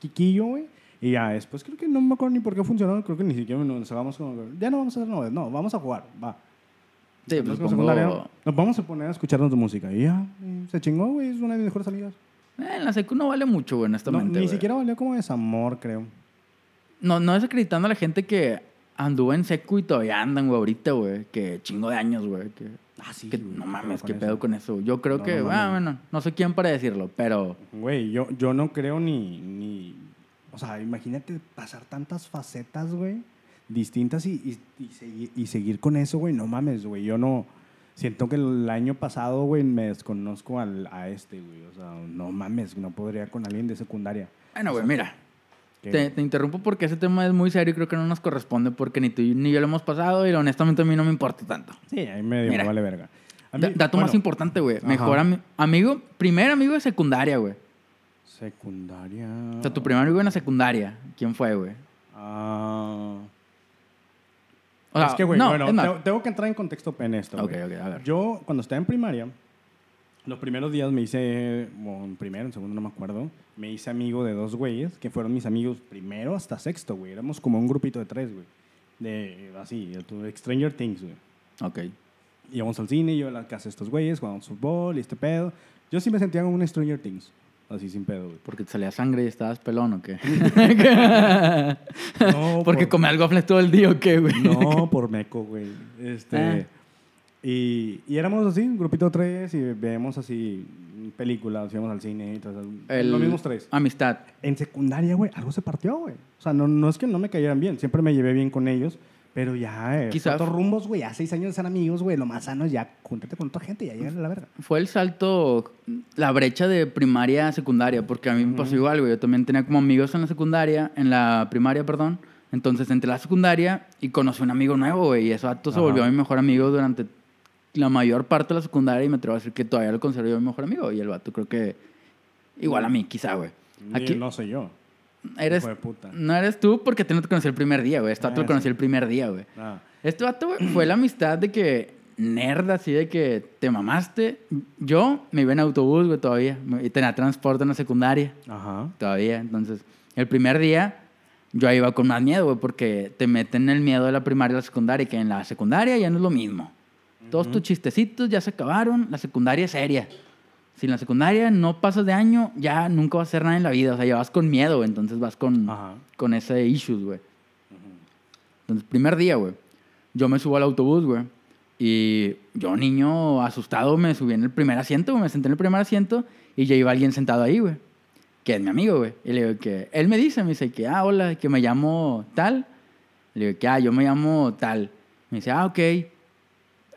S1: quiquillo, güey. Y ya después creo que no me acuerdo ni por qué funcionó, creo que ni siquiera nos hagamos como, ya no vamos a hacer novedades, no, vamos a jugar, va.
S2: Sí,
S1: Nos
S2: pues
S1: vemos en
S2: supongo-
S1: secundaria, Nos vamos a poner a escucharnos de música. Y ya, eh, se chingó, güey, es una de mis mejores amigas.
S2: Eh, en la secu no vale mucho, güey,
S1: No,
S2: honestamente.
S1: ni
S2: güey.
S1: siquiera valió como desamor, creo.
S2: No, no desacreditando a la gente que anduvo en secu y todavía andan, güey, ahorita, güey. Que chingo de años, güey. Que,
S1: Ah, sí.
S2: que
S1: güey,
S2: no
S1: qué
S2: mames,
S1: pedo
S2: qué
S1: con
S2: pedo
S1: eso.
S2: con eso. Yo creo
S1: No,
S2: que,
S1: no
S2: ah,
S1: mames.
S2: bueno, no sé quién para decirlo, pero
S1: Güey, yo, yo no creo ni, ni. O sea, imagínate pasar tantas facetas, güey, distintas y, y, y segui- y seguir con eso, güey. No mames, güey. Yo no. Siento que el año pasado, güey, me desconozco al, a este, güey. O sea, no mames, no podría con alguien de secundaria.
S2: bueno, güey, mira.
S1: Que-
S2: Te, te interrumpo porque ese tema es muy serio y creo que no nos corresponde porque ni tú ni yo lo hemos pasado y honestamente a mí no me importa tanto.
S1: Sí, ahí medio
S2: Mira.
S1: me vale verga. A mí-
S2: Da- dato más
S1: bueno,
S2: importante, güey.
S1: Ajá.
S2: Mejor ami- amigo, primer amigo de secundaria, güey.
S1: Secundaria.
S2: O sea, tu primer amigo en la secundaria. ¿Quién fue, güey?
S1: Ah.
S2: O sea,
S1: es que, güey,
S2: no,
S1: bueno,
S2: es más-
S1: tengo, tengo que entrar en contexto en esto.
S2: Ok,
S1: güey.
S2: ok, a ver.
S1: Yo, cuando estaba en primaria, los primeros días me hice, bueno, en primero, en segundo, no me acuerdo, me hice amigo de dos güeyes que fueron mis amigos primero hasta sexto, güey. Éramos como un grupito de tres, güey. De, así, de tu- Stranger Things, güey.
S2: Ok.
S1: Íbamos al cine, yo a la casa de estos güeyes, jugábamos fútbol y este pedo. Yo sí me sentía como un Stranger Things, así sin pedo, güey.
S2: Porque te salía sangre y estabas pelón o qué?
S1: No,
S2: Porque
S1: por-
S2: comí algo todo el día o qué, güey.
S1: No, por meco, güey. Este,
S2: Ah.
S1: y, y éramos así, un grupito de tres, y veíamos así películas, íbamos al cine y todo eso.
S2: El-
S1: Los mismos tres.
S2: Amistad.
S1: En secundaria, güey, algo se partió, güey. O sea, no, no es que no me cayeran bien, siempre me llevé bien con ellos, pero ya, eh,
S2: Quizá-
S1: otros rumbos, güey, a seis años de ser amigos, güey, lo más sano es ya júntate con otra gente, ya llegan a la verga.
S2: Fue el salto, la brecha de primaria a secundaria, porque a mí me pasó igual, güey. Yo también tenía como amigos en la secundaria, en la primaria, perdón. Entonces entré a la secundaria y conocí un amigo nuevo, güey. Y ese vato se
S1: Ajá.
S2: volvió mi mejor amigo durante la mayor parte de la secundaria y me atrevo a decir que todavía lo considero yo mi mejor amigo. Y el vato creo que igual a mí, quizá, güey. Aquí
S1: Aquí no sé yo.
S2: eres,
S1: hijo de puta.
S2: no eres tú porque tú no te conocí el primer día, güey. Este vato
S1: Ah,
S2: lo conocí
S1: sí.
S2: el primer día, güey.
S1: Ah,
S2: Este vato, güey, fue la amistad de que nerd, así de que te mamaste. Yo me iba en autobús, güey, todavía. Me- Y tenía transporte en la secundaria,
S1: ajá.
S2: todavía. Entonces, el primer día yo ahí iba con más miedo, güey, porque te meten el miedo de la primaria y la secundaria, que en la secundaria ya no es lo mismo. Todos tus chistecitos ya se acabaron, la secundaria es seria. Si en la secundaria no pasas de año, ya nunca vas a hacer nada en la vida. O sea, ya vas con miedo, güey, entonces vas con,
S1: Ajá.
S2: con ese issues, güey. Entonces, primer día, güey, yo me subo al autobús, güey. Y yo, niño asustado, me subí en el primer asiento, güey, me senté en el primer asiento y ya iba alguien sentado ahí, güey, que es mi amigo, güey. Y le digo que, él me dice, me dice que, ah, hola, que me llamo tal. Le digo que, ah, yo me llamo tal. Me dice, ah, ok.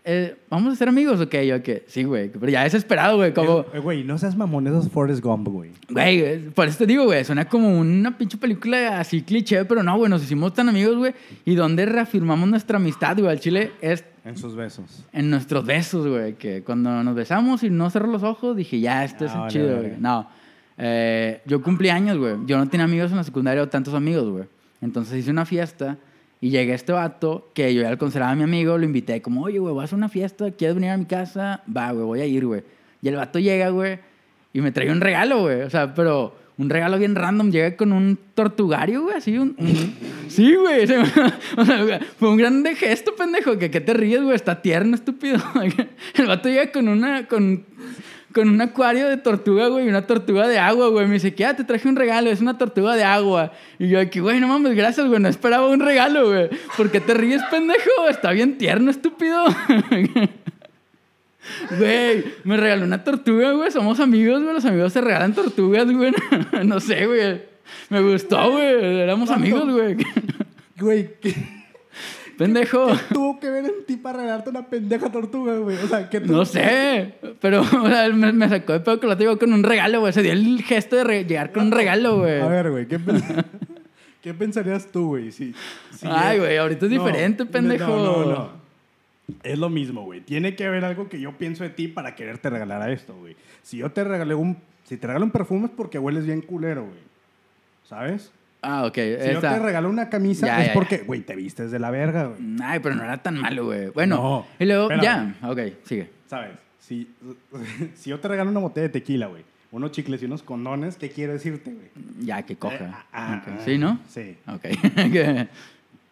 S2: Eh, ¿Vamos a ser amigos o qué? Yo que, sí, güey, pero ya desesperado, güey, como...
S1: Eh, Güey, no seas mamón, esos Forrest Gump, güey.
S2: Güey, es- por eso te digo, güey, suena como una pinche película así cliché, pero no, güey, nos hicimos tan amigos, güey. ¿Y donde reafirmamos nuestra amistad, güey? Al chile es
S1: En sus besos.
S2: en nuestros besos, güey, que cuando nos besamos y no cerró los ojos, dije, ya, esto es
S1: Ah, vale,
S2: chido,
S1: vale.
S2: güey. No, Eh, yo cumplí años, güey. Yo no tenía amigos en la secundaria o tantos amigos, güey. Entonces hice una fiesta y llegué a este vato que yo ya lo consideraba mi amigo, lo invité como, oye, güey, vas a hacer una fiesta, ¿quieres venir a mi casa? Va, güey, voy a ir, güey. Y el vato llega, güey, y me trae un regalo, güey. O sea, pero un regalo bien random. Llega con un tortugario, güey, así un... un- sí, güey. se me- o sea, güey, fue un grande gesto, pendejo. Que, que te ríes, güey. Está tierno, estúpido. El vato llega con una... Con, con un acuario de tortuga, güey, y una tortuga de agua, güey. Me dice, que, ah, te traje un regalo, es una tortuga de agua. Y yo aquí, güey, no mames, gracias, güey, no esperaba un regalo, güey. ¿Por qué te ríes, pendejo? Está bien tierno, estúpido. Güey, me regaló una tortuga, güey. Somos amigos, güey. Los amigos se regalan tortugas, güey. No sé, güey. Me gustó, güey. Éramos amigos, güey.
S1: Güey, ¿qué
S2: Pendejo.
S1: tuvo que ver en ti para regalarte una pendeja tortuga, güey? O sea, que
S2: No sé. Pero o sea, me, me sacó de pedo que lo digo con un regalo, güey. Se dio el gesto de re- llegar con un regalo, güey.
S1: A ver, güey, ¿qué, pen- ¿qué pensarías tú, güey? Si, si
S2: Ay,
S1: es-
S2: güey, ahorita es
S1: eh, No,
S2: diferente,
S1: no,
S2: pendejo.
S1: No, no, no. Es lo mismo, güey. Tiene que haber algo que yo pienso de ti para quererte regalar a esto, güey. Si yo te regalé un... Si te regalo un perfume es porque hueles bien culero, güey. ¿Sabes?
S2: Ah, ok.
S1: Si yo te regalo una camisa
S2: Ya,
S1: es
S2: ya, ya.
S1: porque, güey, te vistes de la verga, güey.
S2: Ay, pero no era tan malo, güey. Bueno,
S1: No,
S2: y luego,
S1: espérame.
S2: ya, ok, sigue.
S1: ¿Sabes? Si, si yo te regalo una botella de tequila, güey, unos chicles y unos condones, ¿qué quiero decirte, güey?
S2: Ya, que coja.
S1: Eh, ah,
S2: Ok.
S1: ah,
S2: ¿Sí, no?
S1: Sí.
S2: Ok.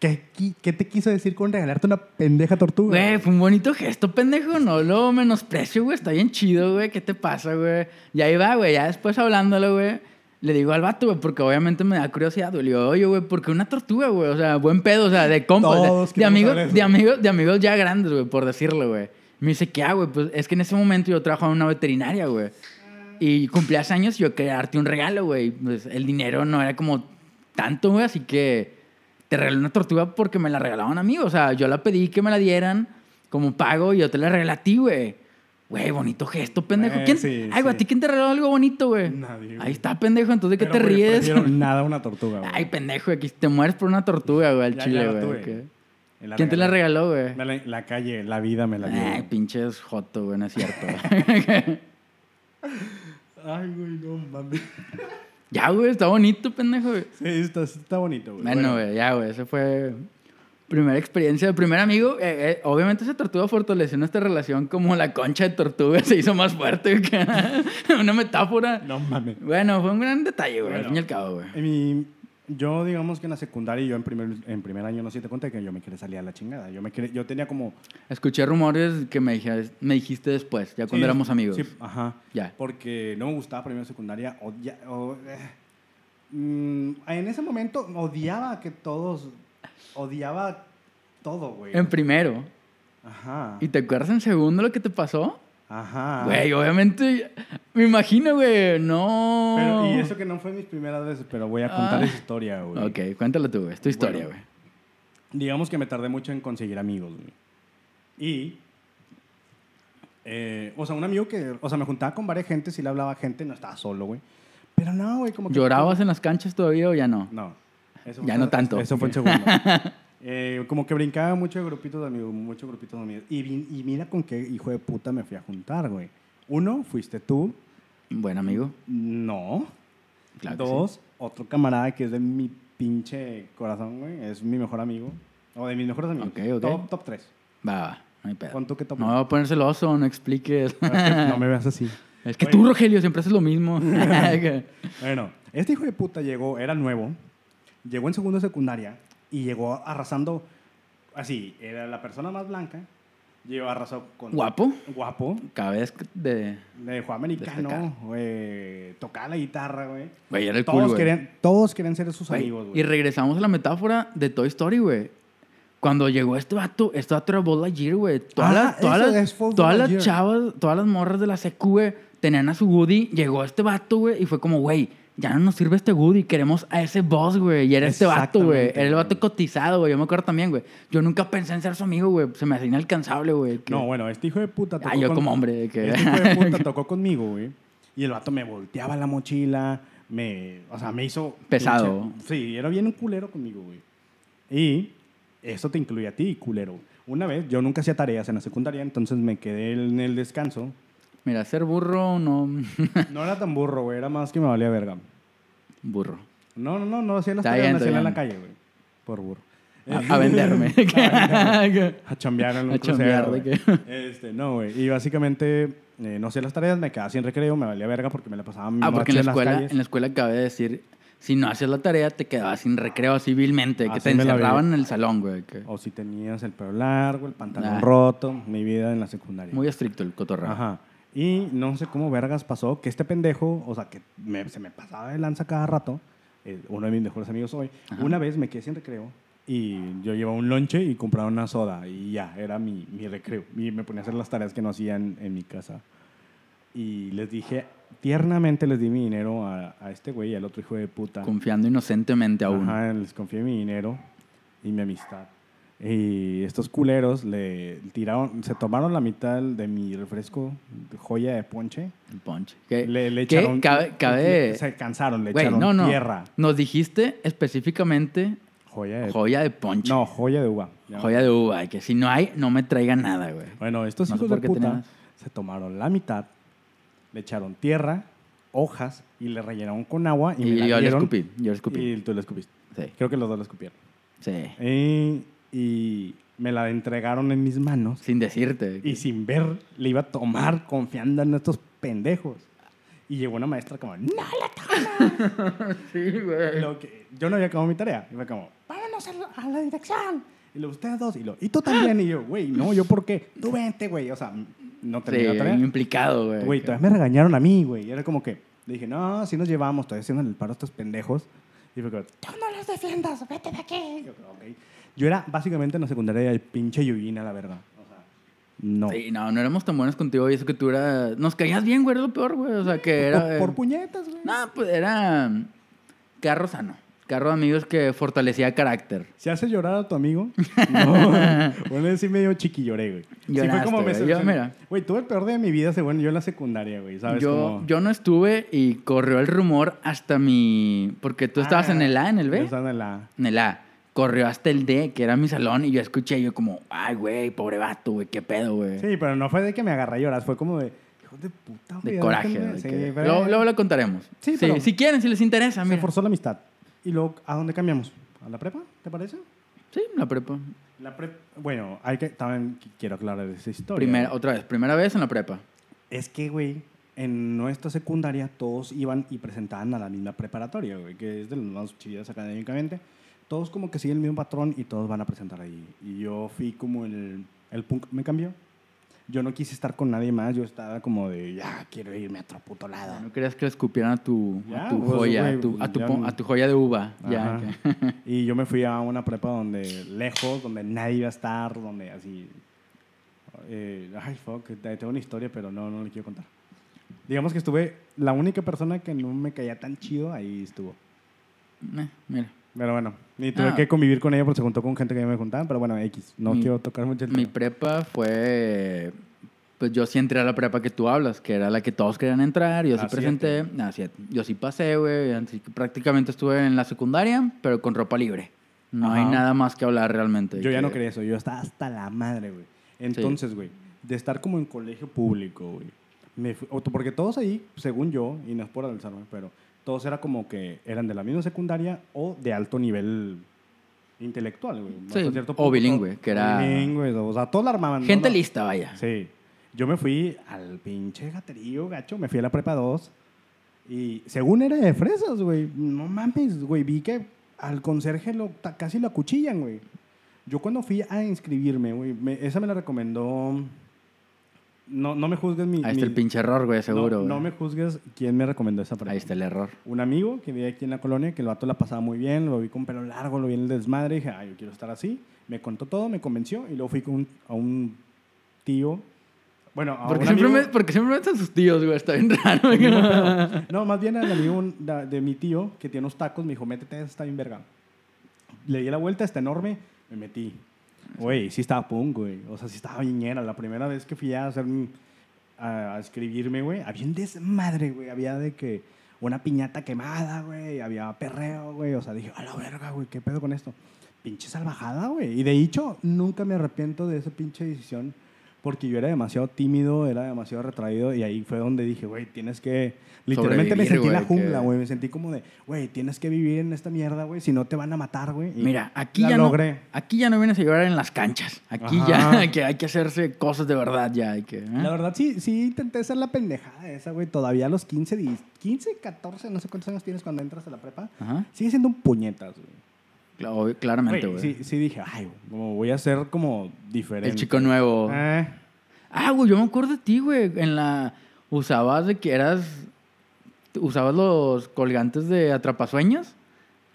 S1: ¿Qué, qui- qué te quiso decir con regalarte una pendeja tortuga?
S2: Güey, fue un bonito gesto, pendejo. No lo menosprecio, güey. Está bien chido, güey. ¿Qué te pasa, güey? Y ahí va, güey. Ya después hablándolo, güey. Le digo al vato, güey, porque obviamente me da curiosidad. güey. Le digo, oye, güey, ¿por qué una tortuga, güey? O sea, buen pedo, o sea, de compas.
S1: Todos
S2: de- De,
S1: queremos
S2: amigos,
S1: saber eso.
S2: de, amigos, de amigos ya grandes, güey, por decirlo, güey. Me dice, ¿qué hago, güey? Pues es que en ese momento yo trabajaba en una veterinaria, güey. Y cumplías años y yo quería darte un regalo, güey. Pues el dinero no era como tanto, güey, así que te regalé una tortuga porque me la regalaban a mí. O sea, yo la pedí que me la dieran como pago y yo te la regalé a ti, güey. Güey, bonito gesto, pendejo.
S1: Eh,
S2: ¿Quién?
S1: sí,
S2: Ay, güey, ¿a
S1: sí.
S2: ti quién te regaló algo bonito, güey?
S1: Nadie, güey.
S2: Ahí está, pendejo. Entonces, ¿de qué
S1: Pero,
S2: te
S1: güey,
S2: ríes?
S1: prefiero nada una tortuga, güey.
S2: Ay, pendejo, aquí te mueres por una tortuga, güey, al
S1: Ya,
S2: chile,
S1: ya la
S2: güey.
S1: tuve.
S2: ¿Qué?
S1: Me la
S2: ¿Quién te la regaló, güey?
S1: Me la- La calle, la vida me la dio.
S2: Ay, pinches joto, güey, no es cierto.
S1: Ay, güey, no mames.
S2: ya, güey, está bonito, pendejo, güey.
S1: Sí, está, está bonito, güey.
S2: Bueno, güey, ya, güey, esa fue primera experiencia del primer amigo. Eh, eh, obviamente esa tortuga fortaleció nuestra relación como la concha de tortuga se hizo más fuerte. que- una metáfora.
S1: No mames.
S2: Bueno, fue un gran detalle, güey, al fin y al cabo, güey.
S1: En mi- yo, digamos que en la secundaria, yo en primer, en primer año, no sé si te conté que yo me quería salir a la chingada. Yo, me quería- yo tenía como...
S2: Escuché rumores que me, dije- me dijiste después, ya cuando
S1: Sí,
S2: éramos amigos.
S1: Sí, ajá.
S2: Ya.
S1: Porque no me gustaba primero de secundaria. odia- o- eh, mm, en ese momento odiaba que todos... Odiaba todo, güey.
S2: En primero.
S1: Ajá.
S2: ¿Y te acuerdas en segundo lo que te pasó?
S1: Ajá.
S2: Güey, obviamente, me imagino, güey, no.
S1: Pero- y eso que no fue mis primeras veces, pero voy a contar
S2: Ah.
S1: esa historia, güey.
S2: Ok, cuéntalo tú, güey, es tu historia,
S1: Bueno.
S2: güey.
S1: Digamos que me tardé mucho en conseguir amigos, güey. Y. eh, o sea, un amigo que. O sea, me juntaba con varias gente, si le hablaba a gente, no estaba solo, güey. Pero no, güey, como que.
S2: ¿Llorabas en las canchas todavía o ya no?
S1: No. Eso
S2: Ya no tanto.
S1: Eso fue en segundo. Eh, como que brincaba mucho de grupitos de amigos, muchos grupitos de amigos. Y, vi- y mira con qué hijo de puta me fui a juntar, güey. Uno, fuiste tú.
S2: Buen amigo.
S1: No.
S2: Claro que
S1: Dos, otro camarada que es de mi pinche corazón, güey. Es mi mejor amigo. O de mis mejores amigos.
S2: Ok, ok.
S1: Top, top tres.
S2: Va, va, no hay pedo.
S1: ¿Con tú qué tomas?
S2: No me voy a poner celoso, no expliques.
S1: No me veas así.
S2: es que
S1: Oye.
S2: tú, Rogelio, siempre haces lo mismo.
S1: Bueno, este hijo de puta llegó, era nuevo, llegó en segundo de secundaria y llegó arrasando así. Era la persona más blanca, llegó arrasó con.
S2: Guapo.
S1: Guapo.
S2: Cada vez que de...
S1: Le dejó americano, güey. Tocaba la guitarra, güey.
S2: Güey, era el
S1: Todos,
S2: cool, güey.
S1: querían, todos querían ser sus
S2: Güey,
S1: amigos,
S2: Y
S1: güey.
S2: regresamos a la metáfora de Toy Story, güey. Cuando llegó este vato, este vato era Buzz Lightyear, güey. Todas,
S1: Ah,
S2: las, todas,
S1: eso
S2: las-
S1: es Buzz
S2: todas las
S1: Lightyear.
S2: chavas, todas las morras de la CQ, güey, tenían a su Woody. Llegó este vato, güey, y fue como, güey, ya no nos sirve este Woody, queremos a ese boss, güey. Y era este vato, güey.
S1: Exactamente,
S2: Era el vato
S1: güey.
S2: cotizado, güey. Yo me acuerdo también, güey. Yo nunca pensé en ser su amigo, güey. Se me hacía inalcanzable, güey. que-
S1: No, bueno, este hijo de puta
S2: Ah, yo como hombre, de que-
S1: Este hijo de puta tocó conmigo, güey. Y el vato me volteaba la mochila, me, o sea, me hizo
S2: Pesado.
S1: pinche- sí, era bien un culero conmigo, güey. Y eso te incluye a ti, culero. Una vez yo nunca hacía tareas en la secundaria, entonces me quedé en el descanso.
S2: Mira, ser burro, no.
S1: No era tan burro, güey, era más que me valía verga.
S2: burro.
S1: No, no, no, no hacía las
S2: Está
S1: tareas,
S2: bien,
S1: no
S2: está
S1: hacía en la
S2: bien.
S1: calle, güey. Por burro.
S2: A, a venderme.
S1: A chambear en un
S2: A chambear,
S1: crucero,
S2: ¿de
S1: güey. Este, no, güey. Y básicamente, eh, no hacía las tareas, me quedaba sin recreo, me valía verga porque me la pasaba mi
S2: Ah,
S1: noche
S2: porque en la,
S1: las
S2: escuela,
S1: calles.
S2: en la escuela cabe decir, si no hacías la tarea, te quedabas sin recreo civilmente, que
S1: Así
S2: te
S1: me la
S2: encerraban
S1: viví.
S2: en el salón, güey. que-
S1: O si tenías el pelo largo, el pantalón
S2: Ah.
S1: roto, mi vida en la secundaria.
S2: Muy estricto el cotorreo.
S1: Ajá. Y no sé cómo vergas pasó que este pendejo, o sea, que me- se me pasaba de lanza cada rato, eh, uno de mis mejores amigos hoy, una vez me quedé sin recreo y yo llevaba un lonche y compraba una soda y ya, era mi, mi recreo. Y me ponía a hacer las tareas que no hacían en mi casa. Y les dije, tiernamente les di mi dinero a, a este güey y al otro hijo de puta.
S2: Confiando inocentemente a uno.
S1: Ajá, les confié mi dinero y mi amistad. Y estos culeros le tiraron, se tomaron la mitad de mi refresco de joya de ponche.
S2: El ponche. Que,
S1: Le, le
S2: que
S1: echaron.
S2: cabe... cabe-
S1: Se cansaron, le
S2: güey,
S1: echaron
S2: no, no.
S1: tierra.
S2: Nos dijiste específicamente
S1: Joya de.
S2: joya de ponche.
S1: no, joya de uva. Ya.
S2: Joya de uva. Que si no hay, no me traigan nada, güey.
S1: Bueno, estos
S2: No sé
S1: hijos
S2: por
S1: de
S2: qué
S1: puta
S2: tenías.
S1: se tomaron la mitad, le echaron tierra hojas y le rellenaron con agua y, me
S2: Y
S1: la
S2: yo le
S1: dieron,
S2: escupí, yo le escupí.
S1: Y tú la escupiste.
S2: Sí,
S1: Creo que los dos la escupieron.
S2: sí.
S1: Y, y me la entregaron en mis manos
S2: Sin decirte.
S1: y sin ver le iba a tomar confiando en estos pendejos. Y llegó una maestra como, "No".
S2: Sí, güey.
S1: Lo que- yo no había acabado mi tarea. Y fue como, vámonos a la, a la dirección. Y luego, ustedes dos. Y, lo, y tú también. Y yo, güey, no, yo por qué. Tú vente, güey. O sea, no
S2: Sí,
S1: terminé la tarea.
S2: implicado, güey.
S1: Güey, todavía me regañaron a mí, güey. Y era como que, le dije, no, si nos llevamos, todavía haciendo el paro a estos pendejos. Y fue como, tú no los defiendas, vete de aquí. Yo, "Ok". Yo era básicamente en la secundaria el pinche Yuyina, la verdad. O sea, no.
S2: Sí, no, no éramos tan buenos contigo y eso que tú eras... Nos caías bien, güey, era lo peor, güey. O sea, que era...
S1: por, por puñetas, güey.
S2: No, pues era mm, carro sano. Carro de amigos que fortalecía carácter.
S1: ¿Se hace llorar a tu amigo? No. Bueno, sí medio chiquilloré, güey. sí
S2: Lloraste,
S1: me
S2: güey.
S1: se-
S2: Yo,
S1: se-
S2: mira.
S1: Güey, tuve el peor día de mi vida, según yo en la secundaria, güey. ¿Sabes?
S2: Yo,
S1: Como-
S2: yo no estuve y corrió el rumor hasta mi... Porque tú estabas
S1: Ah,
S2: en el A, en el
S1: yo
S2: B.
S1: estaba en el A.
S2: En el A. Corrió hasta el D, que era mi salón, y yo escuché yo como, ay, güey, pobre vato, güey, qué pedo, güey.
S1: Sí, pero no fue de que me agarré a llorar, fue como de. Hijo de puta,
S2: De
S1: güey.
S2: coraje.
S1: déjenme".
S2: güey,
S1: Sí,
S2: que-
S1: pero-
S2: Luego, luego lo contaremos.
S1: Sí, pero-
S2: Si quieren, si les interesa,
S1: Se
S2: mira.
S1: forzó la amistad. ¿Y luego a dónde cambiamos? ¿A la prepa? ¿Te parece?
S2: Sí, la prepa.
S1: La prepa. Bueno, hay que. También qu- quiero aclarar esa historia.
S2: Primera, otra vez, primera vez en la prepa.
S1: Es que, güey, en nuestra secundaria todos iban y presentaban a la misma preparatoria, güey, que es de las más chidas académicamente. Todos como que siguen el mismo patrón y todos van a presentar ahí. Y yo fui como el, el punk, me cambió. Yo no quise estar con nadie más, yo estaba como de, ya, quiero irme a otro puto lado.
S2: No querías que le escupieran a tu, a
S1: Ya,
S2: tu
S1: pues,
S2: joya,
S1: güey,
S2: a, tu, a, tu,
S1: ya
S2: po-
S1: no.
S2: a tu joya de uva. Ya,
S1: Ajá.
S2: que-
S1: Y yo me fui a una prepa donde lejos, donde nadie iba a estar, donde así... eh, ay, fuck, te- tengo una historia, pero no, no le quiero contar. Digamos que estuve, la única persona que no me caía tan chido, ahí estuvo.
S2: Eh, mira,
S1: Pero bueno, ni tuve
S2: Ah.
S1: que convivir con ella porque se juntó con gente que ya me juntaban, pero bueno, X, no
S2: Mi-
S1: quiero tocar mucho el
S2: mi
S1: tema.
S2: prepa fue... Pues yo sí entré a la prepa que tú hablas, que era la que todos querían entrar. Yo sí
S1: La
S2: presenté, no, siete. yo sí pasé, güey. así que Prácticamente estuve en la secundaria, pero con ropa libre. No hay
S1: Ajá.
S2: nada más que hablar realmente.
S1: Yo ya
S2: que-
S1: no quería eso, yo estaba hasta la madre, güey. Entonces, güey, de estar como en colegio público, güey, me fui- o- porque todos ahí, según yo, y no es por alzarme, pero todos era como que eran de la misma secundaria o de alto nivel intelectual, güey.
S2: Sí,
S1: Hasta cierto
S2: o
S1: punto,
S2: bilingüe,
S1: todos-
S2: que era-
S1: Bilingüe, o sea, todos la armaban. ¿no?
S2: Gente
S1: La-
S2: lista, vaya.
S1: Sí. Yo me fui al pinche gaterío, gacho. Me fui a la prepa 2. Y según era de fresas, güey. No mames, güey. Vi que al conserje lo, ta- casi lo acuchillan, güey. Yo cuando fui a inscribirme, güey, me- esa me la recomendó... No, no me juzgues mi...
S2: Ahí está
S1: mi-
S2: el pinche error, güey,
S1: no-
S2: seguro.
S1: No, me
S2: güey.
S1: juzgues quién me recomendó esa prepa.
S2: Ahí está el error.
S1: Un amigo que vivía aquí en la colonia, que el vato la pasaba muy bien, lo vi con pelo largo, lo vi en el desmadre, dije, ah, yo quiero estar así. Me contó todo, me convenció y luego fui con un- a un tío. Bueno, a
S2: Porque
S1: un
S2: siempre,
S1: Ah, amigo-
S2: me, porque siempre me echan sus tíos, güey. Está bien raro. güey.
S1: No, más bien al amigo un- da- de mi tío que tiene unos tacos, me dijo, métete, está bien verga. Le di la vuelta, está enorme, me metí. Güey, sí estaba punk, güey. O sea, sí estaba viñera. La primera vez que fui a hacer mi- a, a escribirme, güey, había un desmadre, güey. Había de que una piñata quemada, güey. Había perreo, güey. O sea, dije, a la verga, güey, ¿qué pedo con esto? Pinche salvajada, güey. Y de hecho, nunca me arrepiento de esa pinche decisión porque yo era demasiado tímido, era demasiado retraído y ahí fue donde dije, güey, tienes que... Literalmente me
S2: Sobrevivir,
S1: sentí en la
S2: güey, que-
S1: jungla, güey. Me sentí como de, güey, tienes que vivir en esta mierda, güey, si no te van a matar, güey. Y
S2: Mira, aquí
S1: la
S2: ya,
S1: logré.
S2: No, aquí ya no vienes a llorar en las canchas. Aquí
S1: Ajá.
S2: ya que hay que hacerse cosas de verdad ya. Hay que, ¿eh?
S1: La verdad, sí, sí intenté hacer la pendejada esa, güey. Todavía a los 15, 10, 15, 14, no sé cuántos años tienes cuando entras a la prepa.
S2: Ajá.
S1: Sigue siendo un puñetas, güey.
S2: Cla- obvio- claramente,
S1: Güey,
S2: güey.
S1: sí, sí dije, ay, güey, como voy a ser como diferente.
S2: el chico nuevo.
S1: Eh,
S2: Ah, güey, yo me acuerdo de ti, güey. En la... Usabas de que eras... Usabas los colgantes de atrapasueños.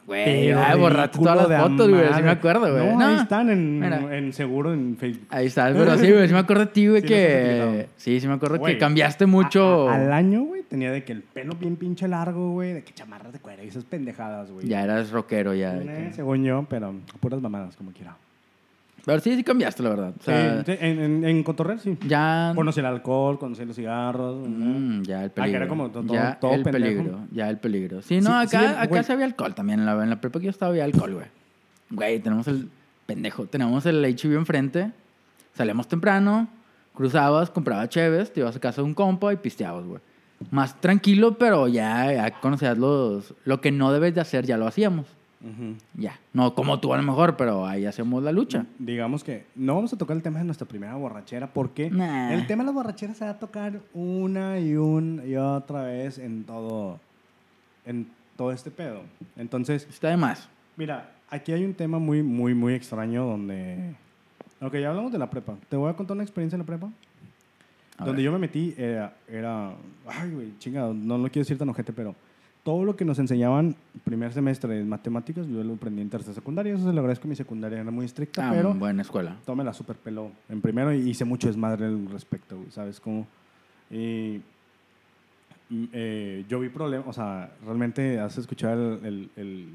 S2: Güey,
S1: pero
S2: ay, borraste
S1: ridículo
S2: todas
S1: de
S2: las fotos, güey. Sí
S1: amar.
S2: me acuerdo, güey.
S1: No, ahí están en,
S2: Mira.
S1: en seguro en Facebook.
S2: Ahí está, pero sí, güey, sí me acuerdo de ti, güey,
S1: Sí, los has
S2: que...
S1: utilizado.
S2: Sí, sí me acuerdo
S1: Güey,
S2: que cambiaste mucho...
S1: A- al año, güey, tenía de que el pelo bien pinche largo, güey, de que chamarras de cuero y esas pendejadas, güey.
S2: Ya eras rockero, ya. de
S1: Eh,
S2: que-
S1: Según yo, pero puras mamadas, como quiera.
S2: Pero sí, sí cambiaste, la verdad. O sea,
S1: Sí, en, en, en cotorreo, sí.
S2: ya...
S1: Conocí el alcohol, conocí los cigarros. ¿no?
S2: Mm, ya el
S1: Ah, que
S2: peligro.
S1: era como to- todo-
S2: ya
S1: todo
S2: el
S1: pendejo.
S2: peligro, ya el peligro. Sí, no,
S1: Sí, sí,
S2: acá,
S1: el-
S2: acá
S1: güey.
S2: se había alcohol también. En la, en la prepa que yo estaba había alcohol, güey. Güey, tenemos el pendejo. Tenemos el HB enfrente. Salíamos temprano, cruzabas, comprabas cheves, te ibas a casa de un compa y pisteabas, güey. más tranquilo, pero ya, ya conocías los, lo que no debes de hacer, ya lo hacíamos.
S1: Ujú.
S2: Ya. No como tú a lo mejor, pero ahí hacemos la lucha.
S1: Digamos que no vamos a tocar el tema de nuestra primera borrachera porque
S2: Nah.
S1: el tema de la borrachera se va a tocar una y un y otra vez en todo en todo este pedo. Entonces,
S2: Está de más.
S1: mira, aquí hay un tema muy muy muy extraño donde Ok, ya hablamos de la prepa. Te voy a contar una experiencia en la prepa.
S2: A
S1: donde
S2: ver.
S1: yo me metí era, era ay, güey, chingado, no lo quiero decir tan ojete, pero todo lo que nos enseñaban primer semestre en matemáticas, yo lo aprendí en tercera secundaria, eso se lo agradezco, mi secundaria era muy estricta,
S2: Ah,
S1: pero
S2: buena escuela.
S1: Tome la super peló en primero y hice mucho desmadre al respecto, güey, ¿sabes? Como, y, mm, eh, yo vi problemas, o sea, realmente has escuchado el, el, el-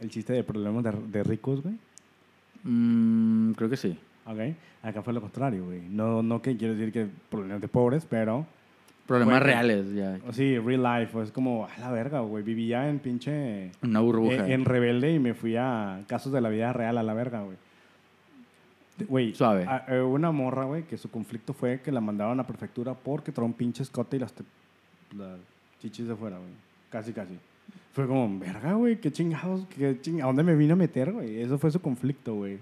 S1: el chiste de problemas de, de ricos, güey.
S2: Mm, creo que sí.
S1: Ok, acá fue lo contrario, güey. No, no que quiero decir que problemas de pobres, pero
S2: Problemas
S1: Bueno.
S2: reales, ya.
S1: o sí, real life, es como a la verga, güey. Vivía en pinche eh,
S2: Una burbuja.
S1: en, en rebelde y me fui a casos de la vida real a la verga, güey. De- Güey,
S2: Suave.
S1: a- eh, una morra, güey, que su conflicto fue que la mandaron a prefectura porque traía un pinche escote y las, te- las chichis de fuera, güey. Casi, casi. Fue como, verga, güey, qué chingados, qué ching- ¿a dónde me vine a meter, güey? Eso fue su conflicto, güey.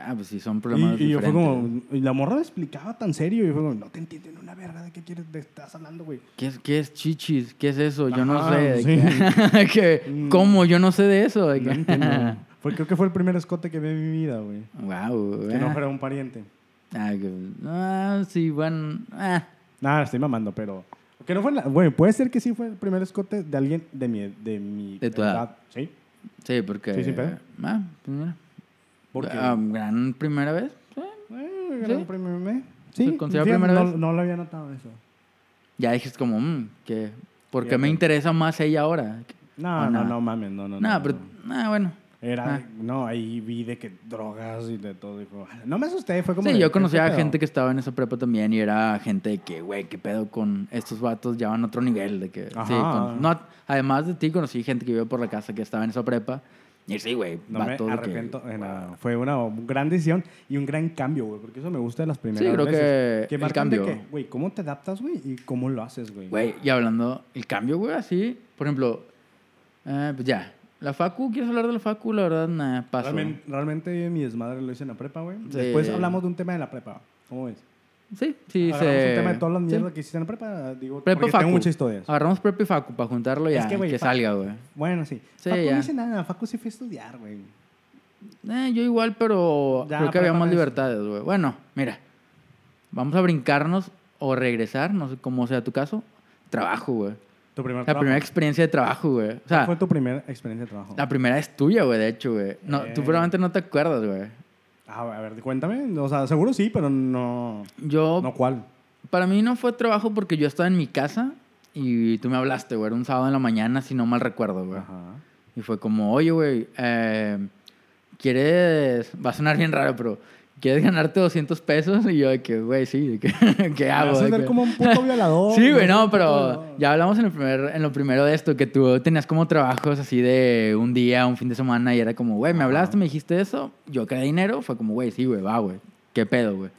S2: Ah, pues sí, son
S1: Y-
S2: problemas
S1: Y, yo fue
S2: diferentes.
S1: como, y la morra lo explicaba tan serio y fue como, no te entienden una verga, ¿de qué quieres, de estás hablando, güey?
S2: ¿Qué es, qué es chichis? ¿Qué es eso? Yo no
S1: Ajá,
S2: sé. de
S1: sí.
S2: qué- que-
S1: Mm.
S2: ¿Cómo? Yo no sé de eso.
S1: No entiendo. Fue, creo que fue el primer escote que vi en mi vida, güey.
S2: wow.
S1: Que no fuera un pariente.
S2: eh. ah, sí, bueno. Ah,
S1: Nada, estoy mamando, pero. Que no fue la- Güey, puede ser que sí fue el primer escote de alguien de mi. De, mi
S2: De tu edad.
S1: Sí.
S2: sí, porque.
S1: Sí, sin pedo.
S2: Ah, pues mira.
S1: Porque.
S2: Ah, gran primera vez. Sí.
S1: eh, era
S2: sí.
S1: un primer- eh, Sí.
S2: ¿Se considera
S1: fíjate,
S2: primera
S1: no,
S2: vez?
S1: no lo había notado eso.
S2: Ya dijiste como, mm, que, ¿por qué
S1: Ya,
S2: me
S1: ya.
S2: interesa más ella ahora?
S1: No,
S2: Ah,
S1: no,
S2: nada.
S1: no mames, no, no.
S2: Nada,
S1: no,
S2: pero,
S1: no.
S2: ah, bueno.
S1: Era.
S2: ah.
S1: No, ahí vi de que drogas y de todo. y fue- no me asusté, fue como.
S2: Sí,
S1: de,
S2: yo
S1: ¿qué
S2: conocía a
S1: pedo?
S2: gente que estaba en esa prepa también y era gente de que, güey, qué pedo con estos vatos, ya van a otro nivel. De que, sí,
S1: Ajá.
S2: con- no, además de ti, conocí gente que vive por la casa que estaba en esa prepa. Y sí, güey,
S1: No me
S2: vatos de que-
S1: arrepiento. de nada. Fue una gran decisión y un gran cambio, güey. Porque eso me gusta de las primeras
S2: creo
S1: veces.
S2: que el
S1: marcan de
S2: cambio.
S1: que, Güey, ¿cómo te adaptas, güey? ¿Y cómo lo haces, güey?
S2: Güey, y hablando, el cambio, güey, así, por ejemplo, eh, pues ya, la Facu, ¿quieres hablar de la Facu? La verdad, nah, paso.
S1: Realmente, realmente mi desmadre lo hice en la prepa, güey.
S2: Sí.
S1: Después hablamos de un tema de la prepa. ¿Cómo ves?
S2: Sí, sí,
S1: Agarramos
S2: se...
S1: un tema de todas las
S2: sí.
S1: mierdas que hiciste en la prepa. Digo,
S2: Prepa
S1: porque
S2: Facu. Ah.
S1: tengo muchas historias.
S2: Agarramos prepa y Facu para juntarlo ya,
S1: Es que,
S2: que,
S1: güey, Facu-
S2: salga, güey.
S1: Bueno, sí.
S2: Sí,
S1: Facu
S2: ya.
S1: no hice nada. Facu se fue a estudiar, güey.
S2: Eh, yo igual, pero
S1: Ya,
S2: creo que había
S1: prepa
S2: más
S1: no es-
S2: libertades, güey. Bueno, mira, vamos a brincarnos o regresar, no sé cómo sea tu caso. Trabajo, güey.
S1: Tu primer
S2: La
S1: trabajo.
S2: primera experiencia de trabajo, güey. O
S1: ¿Cuál fue
S2: sea,
S1: tu primera experiencia de trabajo?
S2: la primera es tuya, güey, de hecho, güey. No,
S1: Eh.
S2: Tú probablemente no te acuerdas, güey.
S1: Ah, a ver, cuéntame. O sea, seguro sí, pero no...
S2: Yo,
S1: No cuál.
S2: para mí no fue trabajo porque yo estaba en mi casa y tú me hablaste, güey. Era un sábado en la mañana, si no mal recuerdo, güey.
S1: Ajá.
S2: Y fue como, oye, güey, eh, ¿quieres...? Va a sonar bien raro, pero... ¿Quieres ganarte 200 pesos? Y yo de que, güey, sí, de que, ¿qué
S1: Me
S2: hago?
S1: vas a
S2: De
S1: ver
S2: que-
S1: como un puto violador.
S2: Sí,
S1: me vas a
S2: güey,
S1: hacer
S2: no,
S1: un puto
S2: pero
S1: violador.
S2: ya hablamos en, el primer, en lo primero de esto, que tú tenías como trabajos así de un día, un fin de semana, y era como, güey, me
S1: Ajá.
S2: hablaste, me dijiste eso, yo quedé dinero, fue como, güey, sí, güey, va, güey, qué pedo, güey.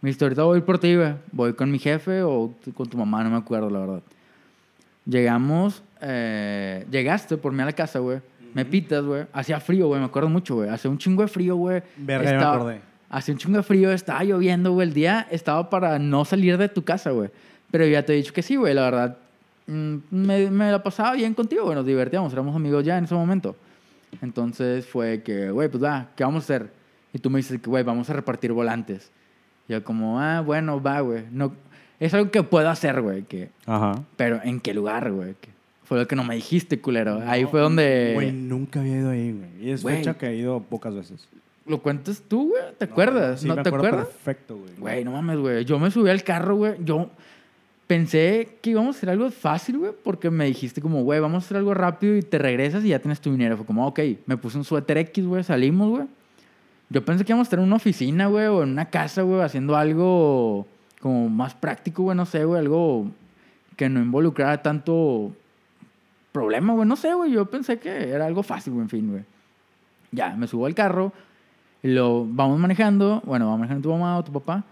S2: Me dijiste, ahorita voy a ir por ti, güey, voy con mi jefe o t- con tu mamá, no me acuerdo, la verdad. Llegamos, eh, llegaste por mí a la casa, güey, me pitas, güey, hacía frío, güey, me acuerdo mucho, güey, hacía un chingo de frío, güey.
S1: Verga, ya me
S2: Estaba-
S1: acordé.
S2: Hacía un chingo de frío, estaba lloviendo, güey. El día estaba para no salir de tu casa, güey. Pero yo ya te he dicho que sí, güey. La verdad, mm, me, me la pasaba bien contigo, güey. Nos divertíamos, éramos amigos ya en ese momento. Entonces fue que, güey, pues va, ¿qué vamos a hacer? Y tú me dices que, güey, vamos a repartir volantes. Y yo como, ah, bueno, va, güey. No, es algo que puedo hacer, güey. Que,
S1: Ajá.
S2: pero ¿en qué lugar, güey? Que fue lo que no me dijiste, culero. Ahí
S1: No,
S2: fue donde...
S1: Güey, nunca había ido ahí, güey. Y es
S2: Güey.
S1: fecha que he ido pocas veces.
S2: ¿Lo cuentas tú, güey? ¿Te acuerdas?
S1: Sí,
S2: ¿No
S1: me
S2: te
S1: acuerdo
S2: acuerdas?
S1: Perfecto, güey.
S2: Güey, no mames, güey. Yo me subí al carro, güey. Yo pensé que íbamos a hacer algo fácil, güey, porque me dijiste como, güey, vamos a hacer algo rápido y te regresas y ya tienes tu dinero. Fue como, ok, me puse un suéter X, güey, salimos, güey. Yo pensé que íbamos a estar en una oficina, güey, o en una casa, güey, haciendo algo como más práctico, güey, no sé, güey, algo que no involucrara tanto problema, güey, no sé, güey. Yo pensé que era algo fácil, güey, en fin, güey. Ya, me subo al carro, y lo vamos manejando, bueno, vamos manejando tu mamá o tu papá.